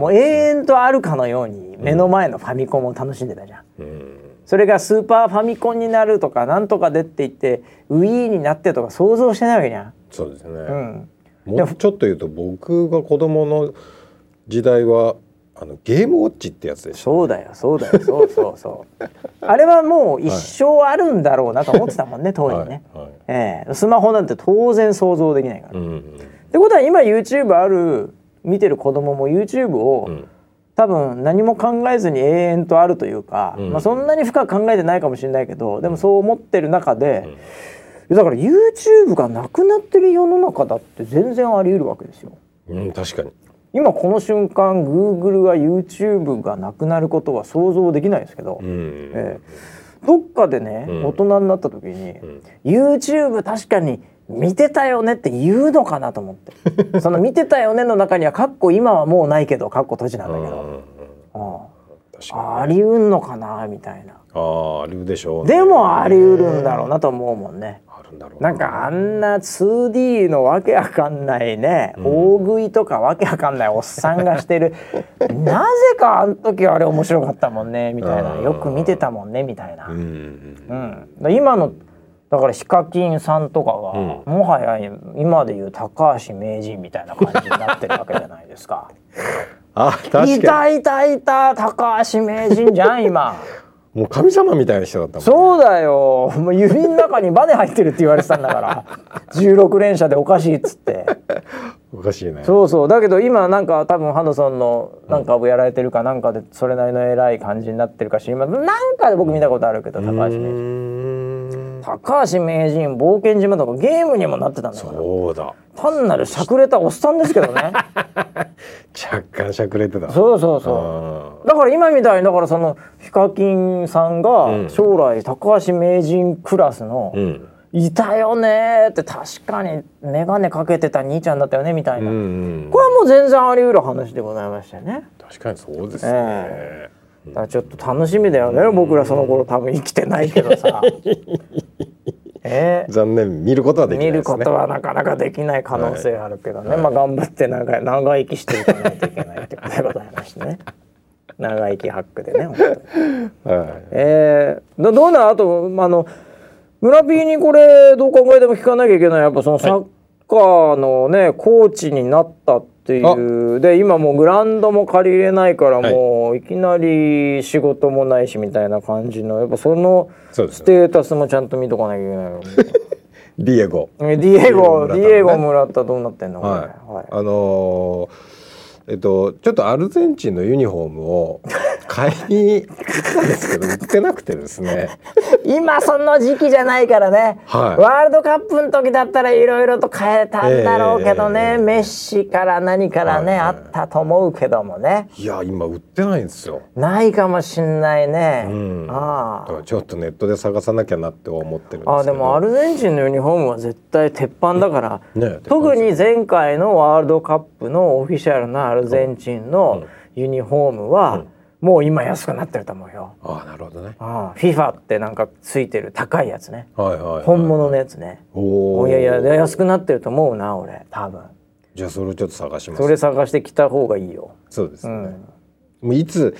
[SPEAKER 1] もう永遠とあるかのように目の前のファミコンを楽しんでたじゃん、
[SPEAKER 2] うん
[SPEAKER 1] それがスーパーファミコンになるとかなんとかでって言ってウィーになってとか想像してないわけじゃん、
[SPEAKER 2] そうですね、
[SPEAKER 1] うん、
[SPEAKER 2] もうちょっと言うと僕が子供の時代はあのゲームウォッチってやつでし
[SPEAKER 1] そうだよそうだよそうそうそう (laughs) あれはもう一生あるんだろうなと思ってたもんね
[SPEAKER 2] た
[SPEAKER 1] 当時ね、
[SPEAKER 2] はいはい
[SPEAKER 1] ええスマホなんて当然想像できないから、
[SPEAKER 2] うん
[SPEAKER 1] ってことは今 YouTube ある見てる子供も YouTube を、
[SPEAKER 2] うん
[SPEAKER 1] 多分何も考えずに永遠とあるというか、
[SPEAKER 2] うん
[SPEAKER 1] まあ、そんなに深く考えてないかもしれないけどでもそう思ってる中で、いやだから YouTube がなくなってる世の中だって全然あり得るわけですよ。
[SPEAKER 2] うん、確かに。
[SPEAKER 1] 今この瞬間 Google は YouTube がなくなることは想像できないですけど、
[SPEAKER 2] うん。
[SPEAKER 1] ええどっかでね、
[SPEAKER 2] うん
[SPEAKER 1] 大人になった時に、YouTube 確かに見てたよねって言うのかなと思って
[SPEAKER 2] (laughs)
[SPEAKER 1] その見てたよねの中にはかっこ今はもうないけどかっこ閉じなんだ
[SPEAKER 2] うん
[SPEAKER 1] け
[SPEAKER 2] う
[SPEAKER 1] ど、
[SPEAKER 2] んうん
[SPEAKER 1] うん
[SPEAKER 2] 確
[SPEAKER 1] あ
[SPEAKER 2] か
[SPEAKER 1] あり得んのかなみたいな
[SPEAKER 2] に。ああ、あるでしょう、
[SPEAKER 1] でもあり得るんだろうなと思うもんね
[SPEAKER 2] あるんだろう。
[SPEAKER 1] なんかあんな 2D のわけわかんないね、大食いとかわけわかんないおっさんがして
[SPEAKER 2] (laughs)
[SPEAKER 1] るなぜかあの時あれ面白かったもんねみたいな
[SPEAKER 2] うん
[SPEAKER 1] よく見てたもんねみたいな、
[SPEAKER 2] う
[SPEAKER 1] うんん
[SPEAKER 2] うん。
[SPEAKER 1] だ今のだからヒカキンさんとかが、
[SPEAKER 2] う
[SPEAKER 1] もはや今でいう高橋名人みたいな感じになってるわけじゃないです (laughs) か。
[SPEAKER 2] あ、
[SPEAKER 1] い
[SPEAKER 2] 確か
[SPEAKER 1] たいたいた高橋名人じゃん (laughs) 今。
[SPEAKER 2] に。もう神様みたいな人だったもん。
[SPEAKER 1] そうだよもう指の中にバネ入ってるって言われてたんだから16連射でおかしいっつって
[SPEAKER 2] おかしいね。
[SPEAKER 1] そうそうだけど今なんか多分ハドソンのなんかをやられてるかなんかでそれなりの偉い感じになってるかし今なんかで僕見たことあるけど
[SPEAKER 2] う
[SPEAKER 1] 高橋名人
[SPEAKER 2] ーん。
[SPEAKER 1] 高橋名人冒険島とかゲームにもなってたんだから
[SPEAKER 2] そうだ。
[SPEAKER 1] 単なるしゃくれたおっさんですけど
[SPEAKER 2] (laughs)
[SPEAKER 1] ね
[SPEAKER 2] 若干しゃくれてた。
[SPEAKER 1] そうそうそう
[SPEAKER 2] う
[SPEAKER 1] だから今みたいにだからそのヒカキンさん
[SPEAKER 2] う
[SPEAKER 1] が
[SPEAKER 2] ん
[SPEAKER 1] 将来高橋名人クラスの、
[SPEAKER 2] ん。うん。
[SPEAKER 1] いたよねーって確かに眼鏡かけてた兄ちゃんだったよねみたい
[SPEAKER 2] うん
[SPEAKER 1] な、
[SPEAKER 2] うん
[SPEAKER 1] こ。れはもう全然あり得る話でございましたよね
[SPEAKER 2] 確かにそうですね。
[SPEAKER 1] えだからちょっと楽しみだよね、僕らその頃多分生きてないけど
[SPEAKER 2] (laughs)
[SPEAKER 1] さえー
[SPEAKER 2] 残念見ることはできな
[SPEAKER 1] 見
[SPEAKER 2] いですね。
[SPEAKER 1] ることはなかなかできない可能性あるけどね、まあ頑張って長い長生きしていかないといけないってことでございまして (laughs) ね長生きハックでね本当に
[SPEAKER 2] はい。
[SPEAKER 1] えー、どどうなんあとまああの村ピーにこれどう考えても聞かなきゃいけないやっぱそのサッカーのね、コーチになったっていうで今もうグラウンドも借りれないから
[SPEAKER 2] はい
[SPEAKER 1] もういきなり仕事もないしみたいな感じのやっぱその
[SPEAKER 2] そうです
[SPEAKER 1] ス
[SPEAKER 2] ね
[SPEAKER 1] テータスもちゃんと見とかなきゃいけないよ
[SPEAKER 2] ディエゴ。
[SPEAKER 1] えディエゴデ
[SPEAKER 2] ディエ
[SPEAKER 1] ィエゴ
[SPEAKER 2] ゴ村田ね
[SPEAKER 1] 村田どうなってんのこれ、
[SPEAKER 2] はい。
[SPEAKER 1] はい
[SPEAKER 2] あのーえっとちょっとアルゼンチンのユニフォーム
[SPEAKER 1] (laughs)
[SPEAKER 2] を買いに行ったんですけど売ってなくてですね。
[SPEAKER 1] 今その時期じゃないからね、
[SPEAKER 2] はい
[SPEAKER 1] ワールドカップの時だったらいろいろと変えたんだろうけどね、
[SPEAKER 2] ええ
[SPEAKER 1] メッシから何からね、
[SPEAKER 2] はい
[SPEAKER 1] あったと思うけどもね
[SPEAKER 2] いや今売ってないんですよ。
[SPEAKER 1] ないかもしんないね、
[SPEAKER 2] うん。だ
[SPEAKER 1] あ
[SPEAKER 2] からちょっとネットで探さなきゃなって思ってるんです
[SPEAKER 1] あ
[SPEAKER 2] けど。
[SPEAKER 1] あでもアルゼンチンのユニフォームは絶対鉄板だから、
[SPEAKER 2] ねえ
[SPEAKER 1] 特に前回のワールドカップのオフィシャルなアルゼンチンのユニフォームは、もう今安くなってると思うよ。
[SPEAKER 2] あなるほどね。
[SPEAKER 1] ああ FIFA ってなんかついてる高いやつね
[SPEAKER 2] はいはい、はい。
[SPEAKER 1] 本物のやつね。
[SPEAKER 2] おお。
[SPEAKER 1] いやいや安くなってると思うな俺多分
[SPEAKER 2] じゃあそれをちょっと探します。
[SPEAKER 1] それ探してきた方がいいよ
[SPEAKER 2] そうですね。
[SPEAKER 1] ん
[SPEAKER 2] もういつ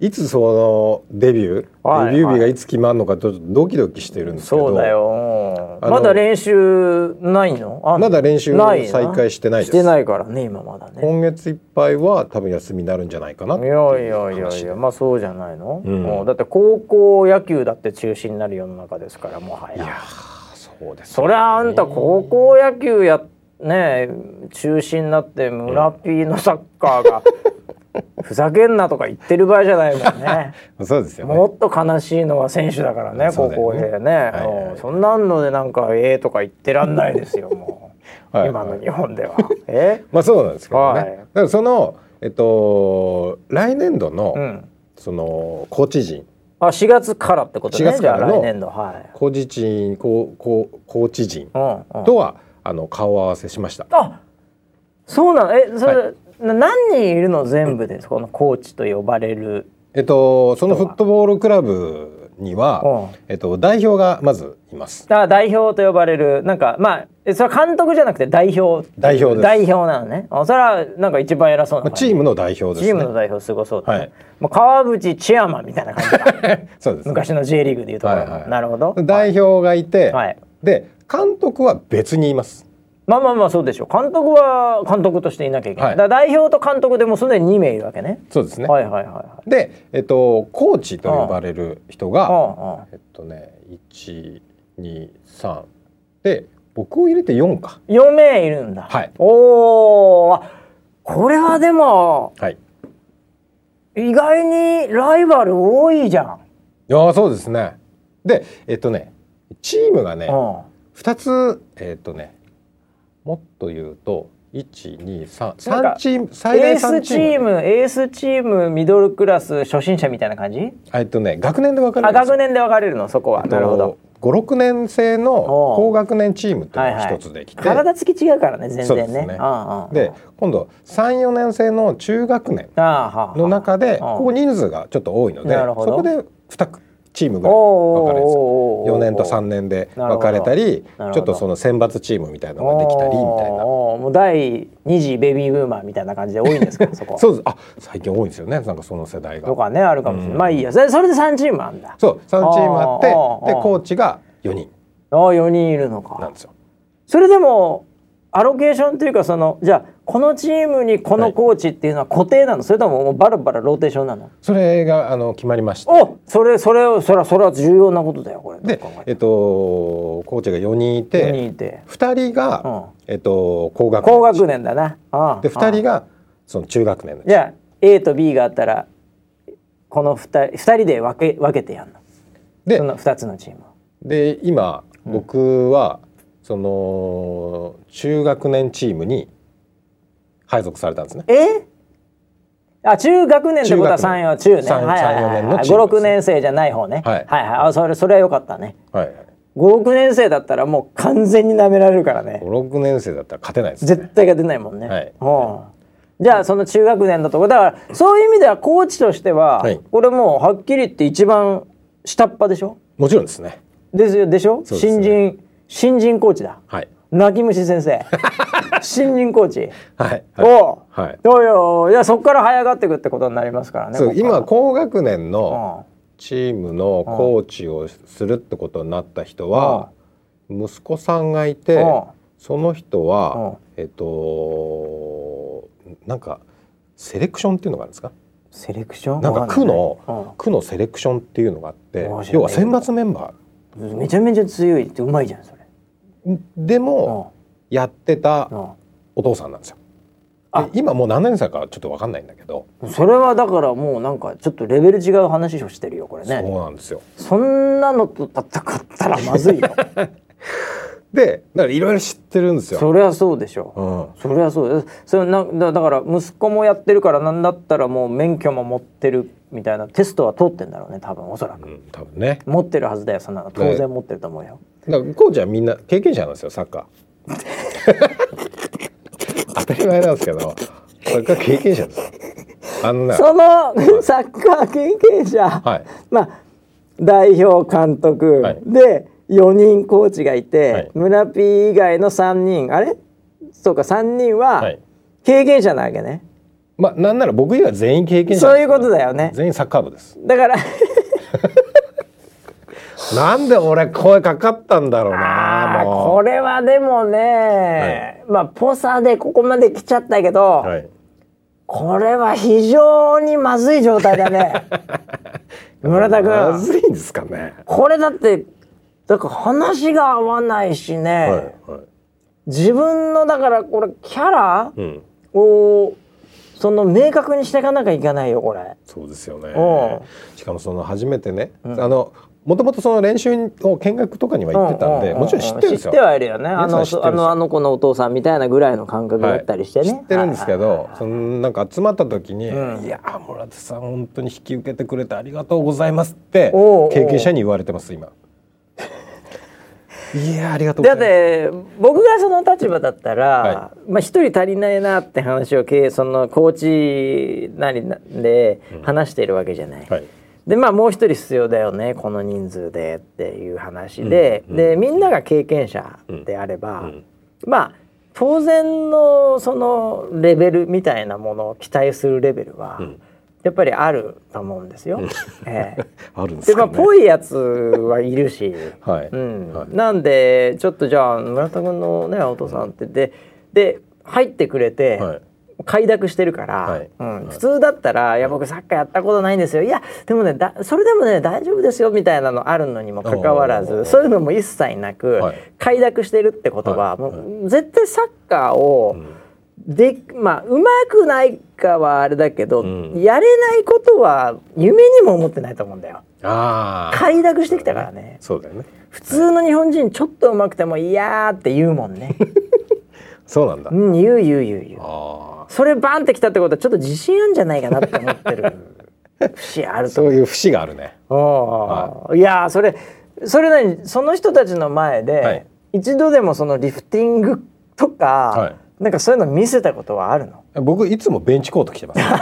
[SPEAKER 2] いつそのデビュー、
[SPEAKER 1] はい
[SPEAKER 2] デビュー
[SPEAKER 1] は
[SPEAKER 2] 日
[SPEAKER 1] い
[SPEAKER 2] がいつ決まるのかちょっとドキドキしてるんですけど。
[SPEAKER 1] そうだよ
[SPEAKER 2] あの
[SPEAKER 1] まだ練習ないのあんの
[SPEAKER 2] まだ練習
[SPEAKER 1] ないな
[SPEAKER 2] 再開してないです
[SPEAKER 1] してないからね今まだね
[SPEAKER 2] 今月いっぱいは多分休みになるんじゃないかない
[SPEAKER 1] やいやいやいやまあそうじゃないの、
[SPEAKER 2] うん
[SPEAKER 1] もうだって高校野球だって中止になる世の中ですからもはい
[SPEAKER 2] や
[SPEAKER 1] や
[SPEAKER 2] ーそうです
[SPEAKER 1] そりゃあんた高校野球やね中止になって村ピーのサッカー
[SPEAKER 2] (laughs)
[SPEAKER 1] が、ふざけんなとか言ってる場合じゃないもん
[SPEAKER 2] (laughs)
[SPEAKER 1] ね
[SPEAKER 2] そうですよね
[SPEAKER 1] もっと悲しいのは選手だからね、
[SPEAKER 2] そう
[SPEAKER 1] 高
[SPEAKER 2] だよ
[SPEAKER 1] 校生
[SPEAKER 2] ね
[SPEAKER 1] ね、
[SPEAKER 2] いはい
[SPEAKER 1] うんそんなんのでなんかええとか言ってらんないですよ、もう。
[SPEAKER 2] (laughs) はい
[SPEAKER 1] 今の日本では。え、
[SPEAKER 2] まあそうなんですけどね、
[SPEAKER 1] はい
[SPEAKER 2] だからそのえっと来年度の、
[SPEAKER 1] うん。
[SPEAKER 2] そのコーチ陣
[SPEAKER 1] あ、4月からってこと
[SPEAKER 2] 4
[SPEAKER 1] ね。
[SPEAKER 2] 月
[SPEAKER 1] じゃ
[SPEAKER 2] か
[SPEAKER 1] あ
[SPEAKER 2] ら
[SPEAKER 1] 来
[SPEAKER 2] の
[SPEAKER 1] 年度はい。
[SPEAKER 2] コーチ陣コーコーコーチ陣
[SPEAKER 1] うん、うん。
[SPEAKER 2] とは、あの顔合わせしました
[SPEAKER 1] あ、そうなの。え、それ、
[SPEAKER 2] は
[SPEAKER 1] な何人いるの全部です。このコーチと呼ばれる。
[SPEAKER 2] えっとそのフットボールクラブには
[SPEAKER 1] う、
[SPEAKER 2] えっと、代表がまずいます
[SPEAKER 1] あ、代表と呼ばれる。なんかまあえそれは監督じゃなくて代表。
[SPEAKER 2] 代表です
[SPEAKER 1] 代表なのね。あ、それはなんか一番偉そうな
[SPEAKER 2] まあ
[SPEAKER 1] 感じ、
[SPEAKER 2] チームの代表ですね
[SPEAKER 1] チームの代表すごそうだね。
[SPEAKER 2] はい
[SPEAKER 1] もう川淵チェアマンみたいな感じ
[SPEAKER 2] (laughs)
[SPEAKER 1] だ。
[SPEAKER 2] そうです
[SPEAKER 1] 昔の J リーグでいうところの、
[SPEAKER 2] はいはい
[SPEAKER 1] なるほど
[SPEAKER 2] 代表がいて、
[SPEAKER 1] はい
[SPEAKER 2] で監督は別にいます
[SPEAKER 1] まあまあまあそうでしょう監督は監督としていなきゃいけない、
[SPEAKER 2] はい
[SPEAKER 1] だから代表と監督でもうすでに2名いるわけね
[SPEAKER 2] そうですね、
[SPEAKER 1] はいはいはいはい
[SPEAKER 2] で、えっと、コーチと呼ばれる人が、
[SPEAKER 1] あ
[SPEAKER 2] えっとね、123で僕を入れて4か、
[SPEAKER 1] あ4名いるんだ、
[SPEAKER 2] はい
[SPEAKER 1] おおこれはでも
[SPEAKER 2] はい、
[SPEAKER 1] 意外にライバル多いじゃん。
[SPEAKER 2] いやそうですねでえっとねチームがね
[SPEAKER 1] うん。
[SPEAKER 2] 2つえっとねもっと言うと123
[SPEAKER 1] なんか
[SPEAKER 2] チーム最
[SPEAKER 1] エ
[SPEAKER 2] 大
[SPEAKER 1] ース
[SPEAKER 2] 3チ
[SPEAKER 1] チ
[SPEAKER 2] ー
[SPEAKER 1] ー
[SPEAKER 2] ム
[SPEAKER 1] ム、エースチーム、ミドルクラス、初心者みたいな感じ？
[SPEAKER 2] えっとね学年で分かれ
[SPEAKER 1] あ、
[SPEAKER 2] るんですよ
[SPEAKER 1] 学年で分かれるの、そこは。なるほど。
[SPEAKER 2] 56年生の
[SPEAKER 1] おう
[SPEAKER 2] 高学年チームっていう
[SPEAKER 1] はい
[SPEAKER 2] の
[SPEAKER 1] は
[SPEAKER 2] が
[SPEAKER 1] い。
[SPEAKER 2] 一つできて、
[SPEAKER 1] 体つき違うからね、全
[SPEAKER 2] そうで
[SPEAKER 1] 然
[SPEAKER 2] す
[SPEAKER 1] ね。
[SPEAKER 2] ね
[SPEAKER 1] うんうん。
[SPEAKER 2] で今度34年生の中学年
[SPEAKER 1] ああはあ。
[SPEAKER 2] の中で
[SPEAKER 1] ああ
[SPEAKER 2] ここ人数がちょっと多いので
[SPEAKER 1] なる
[SPEAKER 2] そ
[SPEAKER 1] ほど
[SPEAKER 2] こで2チームぐらい分
[SPEAKER 1] おーおーおーおー
[SPEAKER 2] かれるんですよ。
[SPEAKER 1] おー
[SPEAKER 2] 4年と3年で
[SPEAKER 1] なるほど
[SPEAKER 2] 分かれたり
[SPEAKER 1] なるほど
[SPEAKER 2] ちょっとその選抜チームみたいなのができたりみたい
[SPEAKER 1] おー
[SPEAKER 2] な
[SPEAKER 1] おーもう第二次ベビーブーマーみたいな感じで多いんですかそこは
[SPEAKER 2] (laughs) そうですあ最近多いんですよねなんかその世代が
[SPEAKER 1] とかねあるかもしれない、
[SPEAKER 2] うん
[SPEAKER 1] まあいいやそれそれで3チームあんだ
[SPEAKER 2] そう3チームあって
[SPEAKER 1] あー
[SPEAKER 2] で
[SPEAKER 1] あー
[SPEAKER 2] コーチが4人
[SPEAKER 1] ああ4人いるの
[SPEAKER 2] な
[SPEAKER 1] か
[SPEAKER 2] んですよ
[SPEAKER 1] それでもアロケーションというかそのじゃあこのチームにこのコーチっていうのは固定なの、それとももうバラバラローテーションなの
[SPEAKER 2] それがあの決まりました
[SPEAKER 1] おそれそれをそれはそれは重要なことだよこれ
[SPEAKER 2] で
[SPEAKER 1] どう考
[SPEAKER 2] えっとコーチが4人い
[SPEAKER 1] えて
[SPEAKER 2] て
[SPEAKER 1] 4人いて
[SPEAKER 2] 2人がえっと高学
[SPEAKER 1] 高
[SPEAKER 2] 年
[SPEAKER 1] 学年だなああ
[SPEAKER 2] で2人がその中学年の
[SPEAKER 1] じゃあ A と B があったらこの2人二人で分け分けてやんの
[SPEAKER 2] で
[SPEAKER 1] その2つのチームを
[SPEAKER 2] で今僕はその中学年チームに配属されたんですね。
[SPEAKER 1] えあ中学年ってことは
[SPEAKER 2] 中学
[SPEAKER 1] 34
[SPEAKER 2] 年
[SPEAKER 1] 中ね
[SPEAKER 2] 三
[SPEAKER 1] はいはいはい
[SPEAKER 2] 三四年
[SPEAKER 1] は
[SPEAKER 2] の
[SPEAKER 1] い
[SPEAKER 2] チームです
[SPEAKER 1] 56年生じゃない方ね、
[SPEAKER 2] はい
[SPEAKER 1] はいはいあそれそれは良かったね
[SPEAKER 2] はい。
[SPEAKER 1] 56年生だったらもう完全に舐められるからね
[SPEAKER 2] 5、6年生だったら勝てないですね。
[SPEAKER 1] 絶対が出ないもんね、
[SPEAKER 2] はい
[SPEAKER 1] うんじゃあその中学年のとこだからそういう意味ではコーチとしては、
[SPEAKER 2] はい
[SPEAKER 1] これもうはっきり言って一番下っ端でしょ
[SPEAKER 2] もちろんですね。
[SPEAKER 1] ですよでしょ
[SPEAKER 2] そうです
[SPEAKER 1] 新
[SPEAKER 2] ね
[SPEAKER 1] 人新人コーチだ
[SPEAKER 2] はい。
[SPEAKER 1] 泣き虫先
[SPEAKER 2] (laughs)
[SPEAKER 1] 生新人コーチ
[SPEAKER 2] はい。はい
[SPEAKER 1] を、
[SPEAKER 2] はい
[SPEAKER 1] どうよいやそこから這い上がっていくってことになりますからね
[SPEAKER 2] そう
[SPEAKER 1] ここから
[SPEAKER 2] 今高学年の
[SPEAKER 1] うん
[SPEAKER 2] チームのコーチをするってことになった人は息子さんがいて
[SPEAKER 1] うん
[SPEAKER 2] その人
[SPEAKER 1] うん
[SPEAKER 2] はえっとなんかセレクションっていうのがあるんですか
[SPEAKER 1] セレクション
[SPEAKER 2] なんか区の
[SPEAKER 1] わ
[SPEAKER 2] 区のセレクションっていうのがあって
[SPEAKER 1] 面白い
[SPEAKER 2] 要は選抜メンバ
[SPEAKER 1] かんないうんめちゃめちゃ強いってうまいじゃんそれ
[SPEAKER 2] ーでもやってた
[SPEAKER 1] う
[SPEAKER 2] お父さんなんですよ。
[SPEAKER 1] あ
[SPEAKER 2] で今もう何年生かちょっと分かんないんだけど、
[SPEAKER 1] んそれはだからもうなんかちょっとレベル違う話をしてるよこれね
[SPEAKER 2] そうなんですよ。
[SPEAKER 1] そんなのと戦ったらまずいよ
[SPEAKER 2] でだからいろいろ知ってるんですよ。
[SPEAKER 1] そりゃそうでしょ
[SPEAKER 2] うん、
[SPEAKER 1] そりゃそうですそれなだだから息子もやってるからなんだったらもう免許も持ってるみたいなテストは通ってんだろうね多分おそらく
[SPEAKER 2] うん、多分ね。
[SPEAKER 1] 持ってるはずだよそんなの当然持ってると思うよ、
[SPEAKER 2] だからコーチはみんな経験者なんですよサッカ
[SPEAKER 1] (laughs)
[SPEAKER 2] ー。当たり前なんですけどサッカー経験者ですよ。あのね
[SPEAKER 1] そのサッカー経験者、
[SPEAKER 2] はい
[SPEAKER 1] まあ代表監督、
[SPEAKER 2] はい
[SPEAKER 1] で4人コーチがいて、
[SPEAKER 2] はい
[SPEAKER 1] 村 P 以外の3人あれそうか3人
[SPEAKER 2] は
[SPEAKER 1] はい経験者なわけね、
[SPEAKER 2] まあなんなら僕以外全員経験者
[SPEAKER 1] そういう
[SPEAKER 2] こ
[SPEAKER 1] ことだよね
[SPEAKER 2] 全員サッカー部です。
[SPEAKER 1] だから
[SPEAKER 2] なんで俺声かかったんだろう
[SPEAKER 1] あ (laughs)
[SPEAKER 2] な
[SPEAKER 1] ー
[SPEAKER 2] もう。
[SPEAKER 1] これはでもね、まあポサでここまで来ちゃったけど、
[SPEAKER 2] はい、
[SPEAKER 1] これは非常にまずい状態だ
[SPEAKER 2] (laughs)
[SPEAKER 1] ね村田
[SPEAKER 2] ま
[SPEAKER 1] 君
[SPEAKER 2] ずいんですかね。
[SPEAKER 1] これだってだから話が合わないしね、
[SPEAKER 2] はいはい。
[SPEAKER 1] 自分のだからこれキャラ
[SPEAKER 2] うん、
[SPEAKER 1] をその明確にしていかなきゃいけないよこれ。
[SPEAKER 2] そうですよ
[SPEAKER 1] う
[SPEAKER 2] ね。しかもその初めてね、あのもともとその練習を見学とかには行ってたんで、
[SPEAKER 1] ううう
[SPEAKER 2] もちろん知ってるんです
[SPEAKER 1] 知って
[SPEAKER 2] よ。
[SPEAKER 1] はいるよね。あの
[SPEAKER 2] 皆さん知ってるんですよ
[SPEAKER 1] あのあの子のお父さんみたいなぐらいの感覚だ
[SPEAKER 2] はい
[SPEAKER 1] ったりしてね。
[SPEAKER 2] 知ってるんですけ
[SPEAKER 1] はい
[SPEAKER 2] ど、そのなんか集まった時に、いやー村田さん本当に引き受けてくれてありがとうございますって
[SPEAKER 1] おうおう
[SPEAKER 2] 経験者に言われてます今。 (laughs) いやーありがとうご
[SPEAKER 1] だ
[SPEAKER 2] ざ
[SPEAKER 1] っ
[SPEAKER 2] います。
[SPEAKER 1] て僕がその立場だったら、
[SPEAKER 2] は
[SPEAKER 1] まあ一人足りないなって話を経営そのコーチなりなんで話しているわけじゃない。
[SPEAKER 2] はい
[SPEAKER 1] でまあもう一人必要だよねこの人数でっていう話で、でみんなが経験者であれば、まあ当然のそのレベルみたいなものを期待するレベルは、やっぱりあると思うんですよ。ええ
[SPEAKER 2] あるんです
[SPEAKER 1] でま
[SPEAKER 2] か
[SPEAKER 1] あ
[SPEAKER 2] ね。
[SPEAKER 1] ぽいやつはいるし、
[SPEAKER 2] (laughs) はい
[SPEAKER 1] うん
[SPEAKER 2] はい
[SPEAKER 1] なんでちょっとじゃあ村田君のねお父さんってでで入ってくれて、
[SPEAKER 2] はい
[SPEAKER 1] 快諾してるから、
[SPEAKER 2] はい
[SPEAKER 1] うん、普通だったら「いや僕サッカーやったことないんですよ」「いやでもねだそれでもね大丈夫ですよ」みたいなのあるのにもかかわら
[SPEAKER 2] お
[SPEAKER 1] ず
[SPEAKER 2] ー
[SPEAKER 1] そういうのも一切なく、
[SPEAKER 2] はい
[SPEAKER 1] 快諾してるってことは、
[SPEAKER 2] はい
[SPEAKER 1] もう絶対サッカーを、でまあうまくないかはあれだけど、
[SPEAKER 2] うん
[SPEAKER 1] やれないことは夢にも思ってないと思うんだよ
[SPEAKER 2] ああ
[SPEAKER 1] 快諾してきたからね
[SPEAKER 2] そうだよね
[SPEAKER 1] 普通の日本人ちょっとうまくても「いや」って言うもんね
[SPEAKER 2] そうなんだ、
[SPEAKER 1] うん言う言う言う言う
[SPEAKER 2] ああ
[SPEAKER 1] それバンってきたってことはちょっと自信あるんじゃないかなって思ってる節あると
[SPEAKER 2] (laughs) そういう節があるね
[SPEAKER 1] 思ういやーそれそれ何その人たちの前で、
[SPEAKER 2] はい
[SPEAKER 1] 一度でもそのリフティングとか、
[SPEAKER 2] はい
[SPEAKER 1] なんかそういうの見せたことはあるの
[SPEAKER 2] 僕いつもベンチコート着
[SPEAKER 1] (laughs)
[SPEAKER 2] てますだか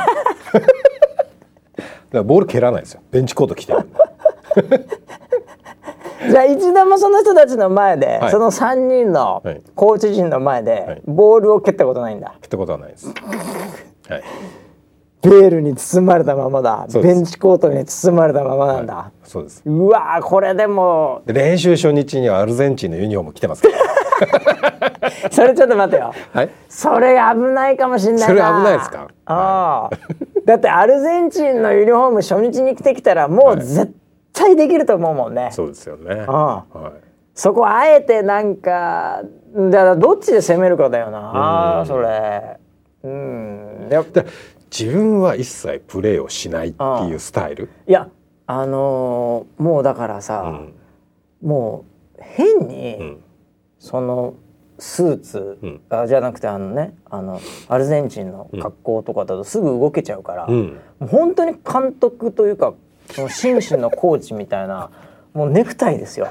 [SPEAKER 2] らボール蹴らないですよベンチコート着てるんで
[SPEAKER 1] じゃあ一度もその人たちの前で、
[SPEAKER 2] はい
[SPEAKER 1] その3人の
[SPEAKER 2] はい
[SPEAKER 1] コーチ陣の前で、
[SPEAKER 2] はい
[SPEAKER 1] ボールを蹴ったことないんだ
[SPEAKER 2] 蹴ったことはないですはい
[SPEAKER 1] ベールに包まれたままだ
[SPEAKER 2] そうで
[SPEAKER 1] ベ
[SPEAKER 2] す
[SPEAKER 1] ンチコートに包まれたままなんだ、
[SPEAKER 2] そうです
[SPEAKER 1] うわーこれでも
[SPEAKER 2] で練習初日にはアルゼンチンのユニフォーム着てますから
[SPEAKER 1] それちょっと待てよ
[SPEAKER 2] はい
[SPEAKER 1] それ危ないかもしれないな
[SPEAKER 2] それ危ないですか
[SPEAKER 1] ああ、だってアルゼンチンのユニフォーム初日に着てきたらもう絶対できると思うもんね、
[SPEAKER 2] そうですよね
[SPEAKER 1] あ
[SPEAKER 2] はい
[SPEAKER 1] そこあえてなんかだからどっちで攻めるかだよなそれうんやっぱ
[SPEAKER 2] だから自分は一切プレーをしないっていうスタイル
[SPEAKER 1] いやあのーもうだからさ、もう変に、
[SPEAKER 2] ん
[SPEAKER 1] そのスーツ、
[SPEAKER 2] ん
[SPEAKER 1] あじゃなくてあのねあのアルゼンチンの格好とかだとすぐ動けちゃうから、
[SPEAKER 2] うん
[SPEAKER 1] もう本当に監督というかその心身のコーチみたいなもうネクタイですよ。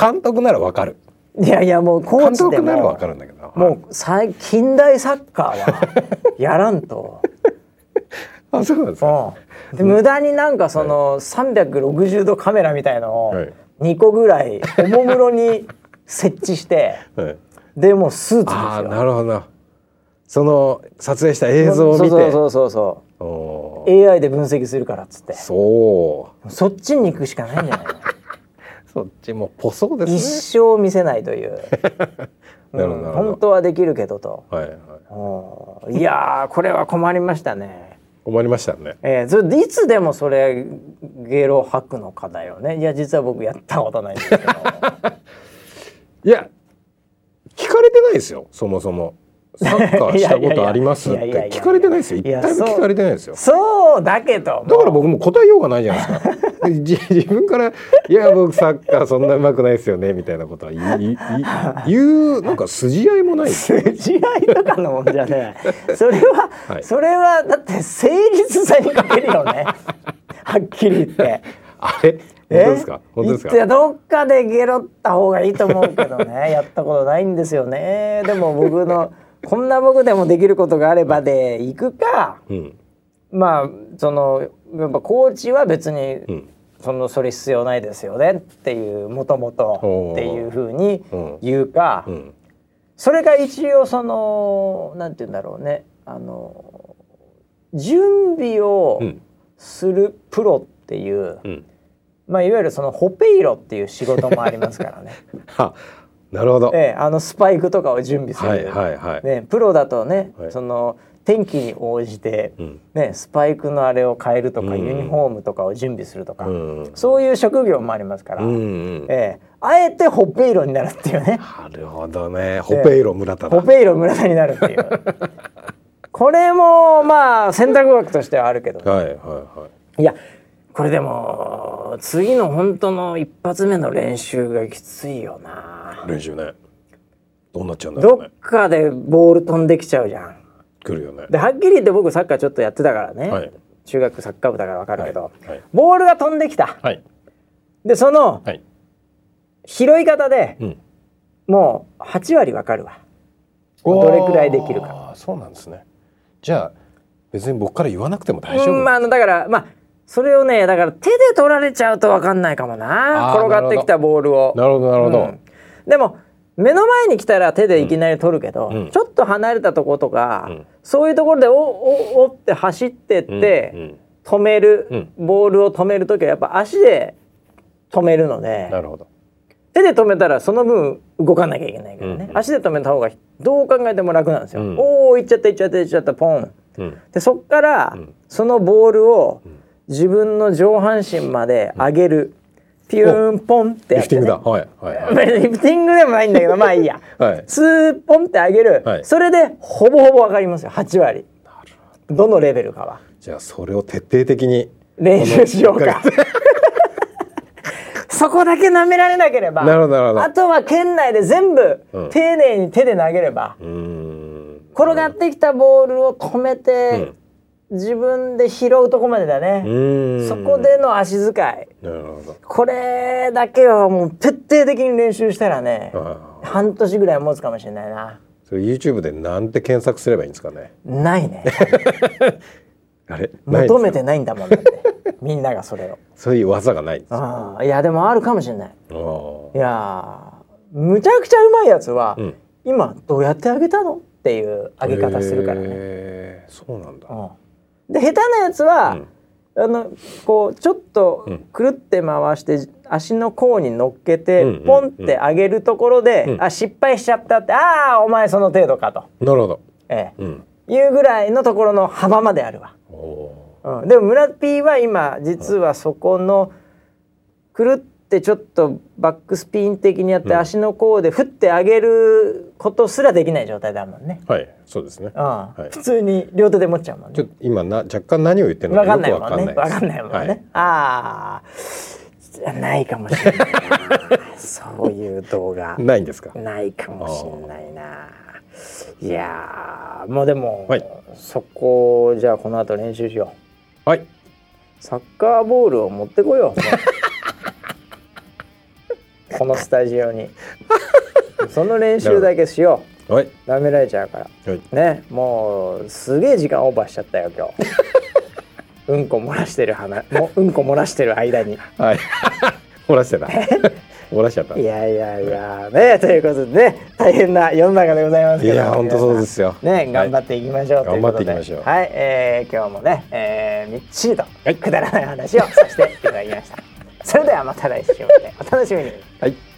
[SPEAKER 2] 監督ならわかる
[SPEAKER 1] いやいやもうコー
[SPEAKER 2] 監
[SPEAKER 1] チで
[SPEAKER 2] 督ならわ
[SPEAKER 1] も
[SPEAKER 2] かるんだけど
[SPEAKER 1] もう最近代サッカーはやらんと。
[SPEAKER 2] うあそうなんですか
[SPEAKER 1] うん、で無駄になんかその360度カメラみたいのを
[SPEAKER 2] はい
[SPEAKER 1] 2個ぐらいおもむろに設置して
[SPEAKER 2] はい
[SPEAKER 1] でもうスーツです
[SPEAKER 2] ああ
[SPEAKER 1] よ。
[SPEAKER 2] なるほどその撮影した映像を見て
[SPEAKER 1] そうそうそうそう
[SPEAKER 2] お
[SPEAKER 1] そう AI で分析するからっつって
[SPEAKER 2] ーそう
[SPEAKER 1] そっちに行くしかないんじゃない
[SPEAKER 2] (laughs)
[SPEAKER 1] の
[SPEAKER 2] そっちもポソで
[SPEAKER 1] 一
[SPEAKER 2] す
[SPEAKER 1] 生見せないという、
[SPEAKER 2] ねなる
[SPEAKER 1] う
[SPEAKER 2] ほど
[SPEAKER 1] ん
[SPEAKER 2] なるほ
[SPEAKER 1] 本当はできるけどと
[SPEAKER 2] どはいはい
[SPEAKER 1] うんいやーこれは困りましたね
[SPEAKER 2] 困りましたね
[SPEAKER 1] えー、それでいつでもそれゲロ吐くのかだよねいや実は僕やったことないんですけど
[SPEAKER 2] いや聞かれてないですよそもそもサッカーしたことありますっ
[SPEAKER 1] いやいやいやいやい
[SPEAKER 2] て
[SPEAKER 1] やいや
[SPEAKER 2] 聞かれてないですよ一
[SPEAKER 1] いや
[SPEAKER 2] 回も聞かれてないですよ
[SPEAKER 1] そうだけど
[SPEAKER 2] だから僕も答えようがないじゃないですかじ自分から「いや僕サッカーそんな上手くないですよね」みたいなことは言い言い言うなんか筋合いもないです
[SPEAKER 1] 筋合いとかのもんじゃね
[SPEAKER 2] (laughs)
[SPEAKER 1] えそれは、
[SPEAKER 2] はい
[SPEAKER 1] それはだって誠実さに欠けるよ
[SPEAKER 2] (laughs)
[SPEAKER 1] ねはっきり言って。
[SPEAKER 2] あれ (laughs) 本当ですか本当です
[SPEAKER 1] いや
[SPEAKER 2] か
[SPEAKER 1] どっかでゲロった方がいいと思うけどね
[SPEAKER 2] (laughs)
[SPEAKER 1] やったことないんですよねでも僕のこんな僕でもできることがあればで行くか
[SPEAKER 2] うん
[SPEAKER 1] まあそのやっぱコーチは別に、
[SPEAKER 2] ん
[SPEAKER 1] そのそれ必要ないですよねっていうもともと
[SPEAKER 2] おー
[SPEAKER 1] っていうふうに
[SPEAKER 2] うん
[SPEAKER 1] 言うか、
[SPEAKER 2] うん
[SPEAKER 1] それが一応そのなんて言うんだろうねあの準備を
[SPEAKER 2] うん
[SPEAKER 1] するプロっていう、
[SPEAKER 2] うん
[SPEAKER 1] まあ、いわゆるそのホペイロっていう仕事もありますから
[SPEAKER 2] (laughs)
[SPEAKER 1] ね、
[SPEAKER 2] はなるほど
[SPEAKER 1] ええ、あのスパイクとかを準備する、
[SPEAKER 2] はいはいはい
[SPEAKER 1] ね、プロだとね、
[SPEAKER 2] はい
[SPEAKER 1] その天気に応じて、
[SPEAKER 2] うん
[SPEAKER 1] ね、スパイクのあれを変えるとか、
[SPEAKER 2] うん
[SPEAKER 1] ユニフォームとかを準備するとか、
[SPEAKER 2] うん
[SPEAKER 1] そういう職業もありますから、
[SPEAKER 2] うんうん
[SPEAKER 1] ええ、あえてホペイロになるって
[SPEAKER 2] (laughs)
[SPEAKER 1] いうね。
[SPEAKER 2] なるほどねホペイロ村田だ
[SPEAKER 1] ポペイロ村田になるっていうこれもまあ選択枠としてはあるけど
[SPEAKER 2] はいはいはい
[SPEAKER 1] やこれでも次の本当の一発目の練習がきついよない
[SPEAKER 2] 練習ねどうなっちゃうんだろう
[SPEAKER 1] ど
[SPEAKER 2] ね
[SPEAKER 1] っかでボール飛んできちゃうじゃん
[SPEAKER 2] 来るよね
[SPEAKER 1] ではっきり言って僕サッカーちょっとやってたからね、
[SPEAKER 2] はい
[SPEAKER 1] 中学サッカー部だから分かるけど、
[SPEAKER 2] はいはい
[SPEAKER 1] ボールが飛んできた
[SPEAKER 2] はい
[SPEAKER 1] でその
[SPEAKER 2] はい
[SPEAKER 1] 拾い方で
[SPEAKER 2] うん
[SPEAKER 1] もう8割分かるわどれくらいできるか
[SPEAKER 2] あーそうなんですねじゃあ別に僕から言わなくても大丈
[SPEAKER 1] う
[SPEAKER 2] 夫
[SPEAKER 1] ん、まああのだからまあそれをねだから手で取られちゃうと分かんないかもな
[SPEAKER 2] あー
[SPEAKER 1] 転がってきたボールを
[SPEAKER 2] なるほどなるほど、
[SPEAKER 1] でも目の前に来たら手でいきなり取るけど、
[SPEAKER 2] うん
[SPEAKER 1] ちょっと離れたとことか、
[SPEAKER 2] ん
[SPEAKER 1] そういうところでおおおって走ってって、
[SPEAKER 2] うんうん
[SPEAKER 1] 止める、
[SPEAKER 2] うん
[SPEAKER 1] ボールを止める時はやっぱ足で止めるので
[SPEAKER 2] なるほど
[SPEAKER 1] 手で止めたらその分動かなきゃいけないからね、
[SPEAKER 2] うん
[SPEAKER 1] 足で止めた方がどう考えても楽なんですよ。
[SPEAKER 2] うん
[SPEAKER 1] おお行っちゃった行っちゃった行っちゃったポン。
[SPEAKER 2] うん
[SPEAKER 1] でそっから
[SPEAKER 2] ん
[SPEAKER 1] そのボールを自分の上半身まで上げる、ピューンポンって
[SPEAKER 2] リ
[SPEAKER 1] やっ
[SPEAKER 2] フ
[SPEAKER 1] て、
[SPEAKER 2] ティン
[SPEAKER 1] ね
[SPEAKER 2] グ、だ。はいはいはい。
[SPEAKER 1] まあリフティングでもないんだけどまあ
[SPEAKER 2] (laughs)
[SPEAKER 1] いいや、
[SPEAKER 2] はい
[SPEAKER 1] スーポンって上げる、
[SPEAKER 2] はい
[SPEAKER 1] それでほぼほぼ分かりますよ8割どのレベルかは
[SPEAKER 2] じゃあそれを徹底的に
[SPEAKER 1] 練習しようか (laughs) そこだけ舐められなければ
[SPEAKER 2] なるほどなるほど
[SPEAKER 1] あとは県内で全部
[SPEAKER 2] うん
[SPEAKER 1] 丁寧に手で投げれば、
[SPEAKER 2] うーん
[SPEAKER 1] 転がってきたボールを止めて、自分で拾うとこまでだ
[SPEAKER 2] う
[SPEAKER 1] ね、
[SPEAKER 2] ーん
[SPEAKER 1] そこでの足遣い
[SPEAKER 2] なるほ
[SPEAKER 1] これだけはもう徹底的に練習したらね、
[SPEAKER 2] どああ
[SPEAKER 1] 半年ぐらい持つかもしれないな
[SPEAKER 2] それ YouTube でなんて検索すればいいんですかね
[SPEAKER 1] ない
[SPEAKER 2] (laughs)
[SPEAKER 1] ね
[SPEAKER 2] あれないんです
[SPEAKER 1] 求
[SPEAKER 2] か
[SPEAKER 1] めてないんだもんだ
[SPEAKER 2] (laughs)
[SPEAKER 1] ってみんながそれを
[SPEAKER 2] そういう技がないんですあ
[SPEAKER 1] ああいやでもあるかもしれない
[SPEAKER 2] あう
[SPEAKER 1] いやーむちゃくちゃうまいやつは、
[SPEAKER 2] ん
[SPEAKER 1] 今どうやってあげたのっていう上げ方するからね、
[SPEAKER 2] へえそうなんだ
[SPEAKER 1] うん、で下手なやつは、あのこうちょっと
[SPEAKER 2] うん
[SPEAKER 1] くるって回して足の甲に乗っけて、
[SPEAKER 2] うんうんうん
[SPEAKER 1] ポンって上げるところで、
[SPEAKER 2] うん
[SPEAKER 1] あ失敗しちゃったってああお前その程度かと、
[SPEAKER 2] なるほど
[SPEAKER 1] ええ
[SPEAKER 2] うん
[SPEAKER 1] いうぐらいのところの幅まであるわ。
[SPEAKER 2] おお
[SPEAKER 1] うん、でも村 P は今実はそこのくるってちょっとバックスピン的にやって足の甲で振ってあげることすらできない状態だもんね。
[SPEAKER 2] ーはいそうですね
[SPEAKER 1] うん
[SPEAKER 2] い
[SPEAKER 1] 普通に両手で持っちゃうもん
[SPEAKER 2] ち
[SPEAKER 1] ね
[SPEAKER 2] ょ。っと今な若干何を言ってるの
[SPEAKER 1] わ
[SPEAKER 2] か
[SPEAKER 1] か
[SPEAKER 2] よ
[SPEAKER 1] んない
[SPEAKER 2] くわ
[SPEAKER 1] も
[SPEAKER 2] か
[SPEAKER 1] んね。
[SPEAKER 2] んない
[SPEAKER 1] わかんないもんね。
[SPEAKER 2] はい
[SPEAKER 1] ああじゃないかもしれないな。そういう動画
[SPEAKER 2] (laughs) ないんですか
[SPEAKER 1] ないかもしれないな。いやーもうでも、
[SPEAKER 2] はい
[SPEAKER 1] そこをじゃあこの後練習しよう。
[SPEAKER 2] はい
[SPEAKER 1] サッカーボールを持ってこよ
[SPEAKER 2] (laughs)
[SPEAKER 1] うこのスタジオにその練習だけしよ
[SPEAKER 2] はいう
[SPEAKER 1] ダメられちゃうから
[SPEAKER 2] はい
[SPEAKER 1] ねもうすげえ時間オーバーしちゃったよ
[SPEAKER 2] (laughs)
[SPEAKER 1] 今日うんこ漏らしてる話もううんこ漏らしてる間に
[SPEAKER 2] はい (laughs) 漏らし
[SPEAKER 1] (laughs)
[SPEAKER 2] てた漏らしちゃった
[SPEAKER 1] いやいやいやねということでね大変な世の中でございます
[SPEAKER 2] い
[SPEAKER 1] けど
[SPEAKER 2] や本当そうですよ
[SPEAKER 1] ね、頑張っていきましょう、ということで
[SPEAKER 2] 頑張っていきましょう
[SPEAKER 1] はい、えー今日もね、えーみっちりと
[SPEAKER 2] はい
[SPEAKER 1] くだらない話をさせていただきました。それではまた来週までお楽しみに。
[SPEAKER 2] はい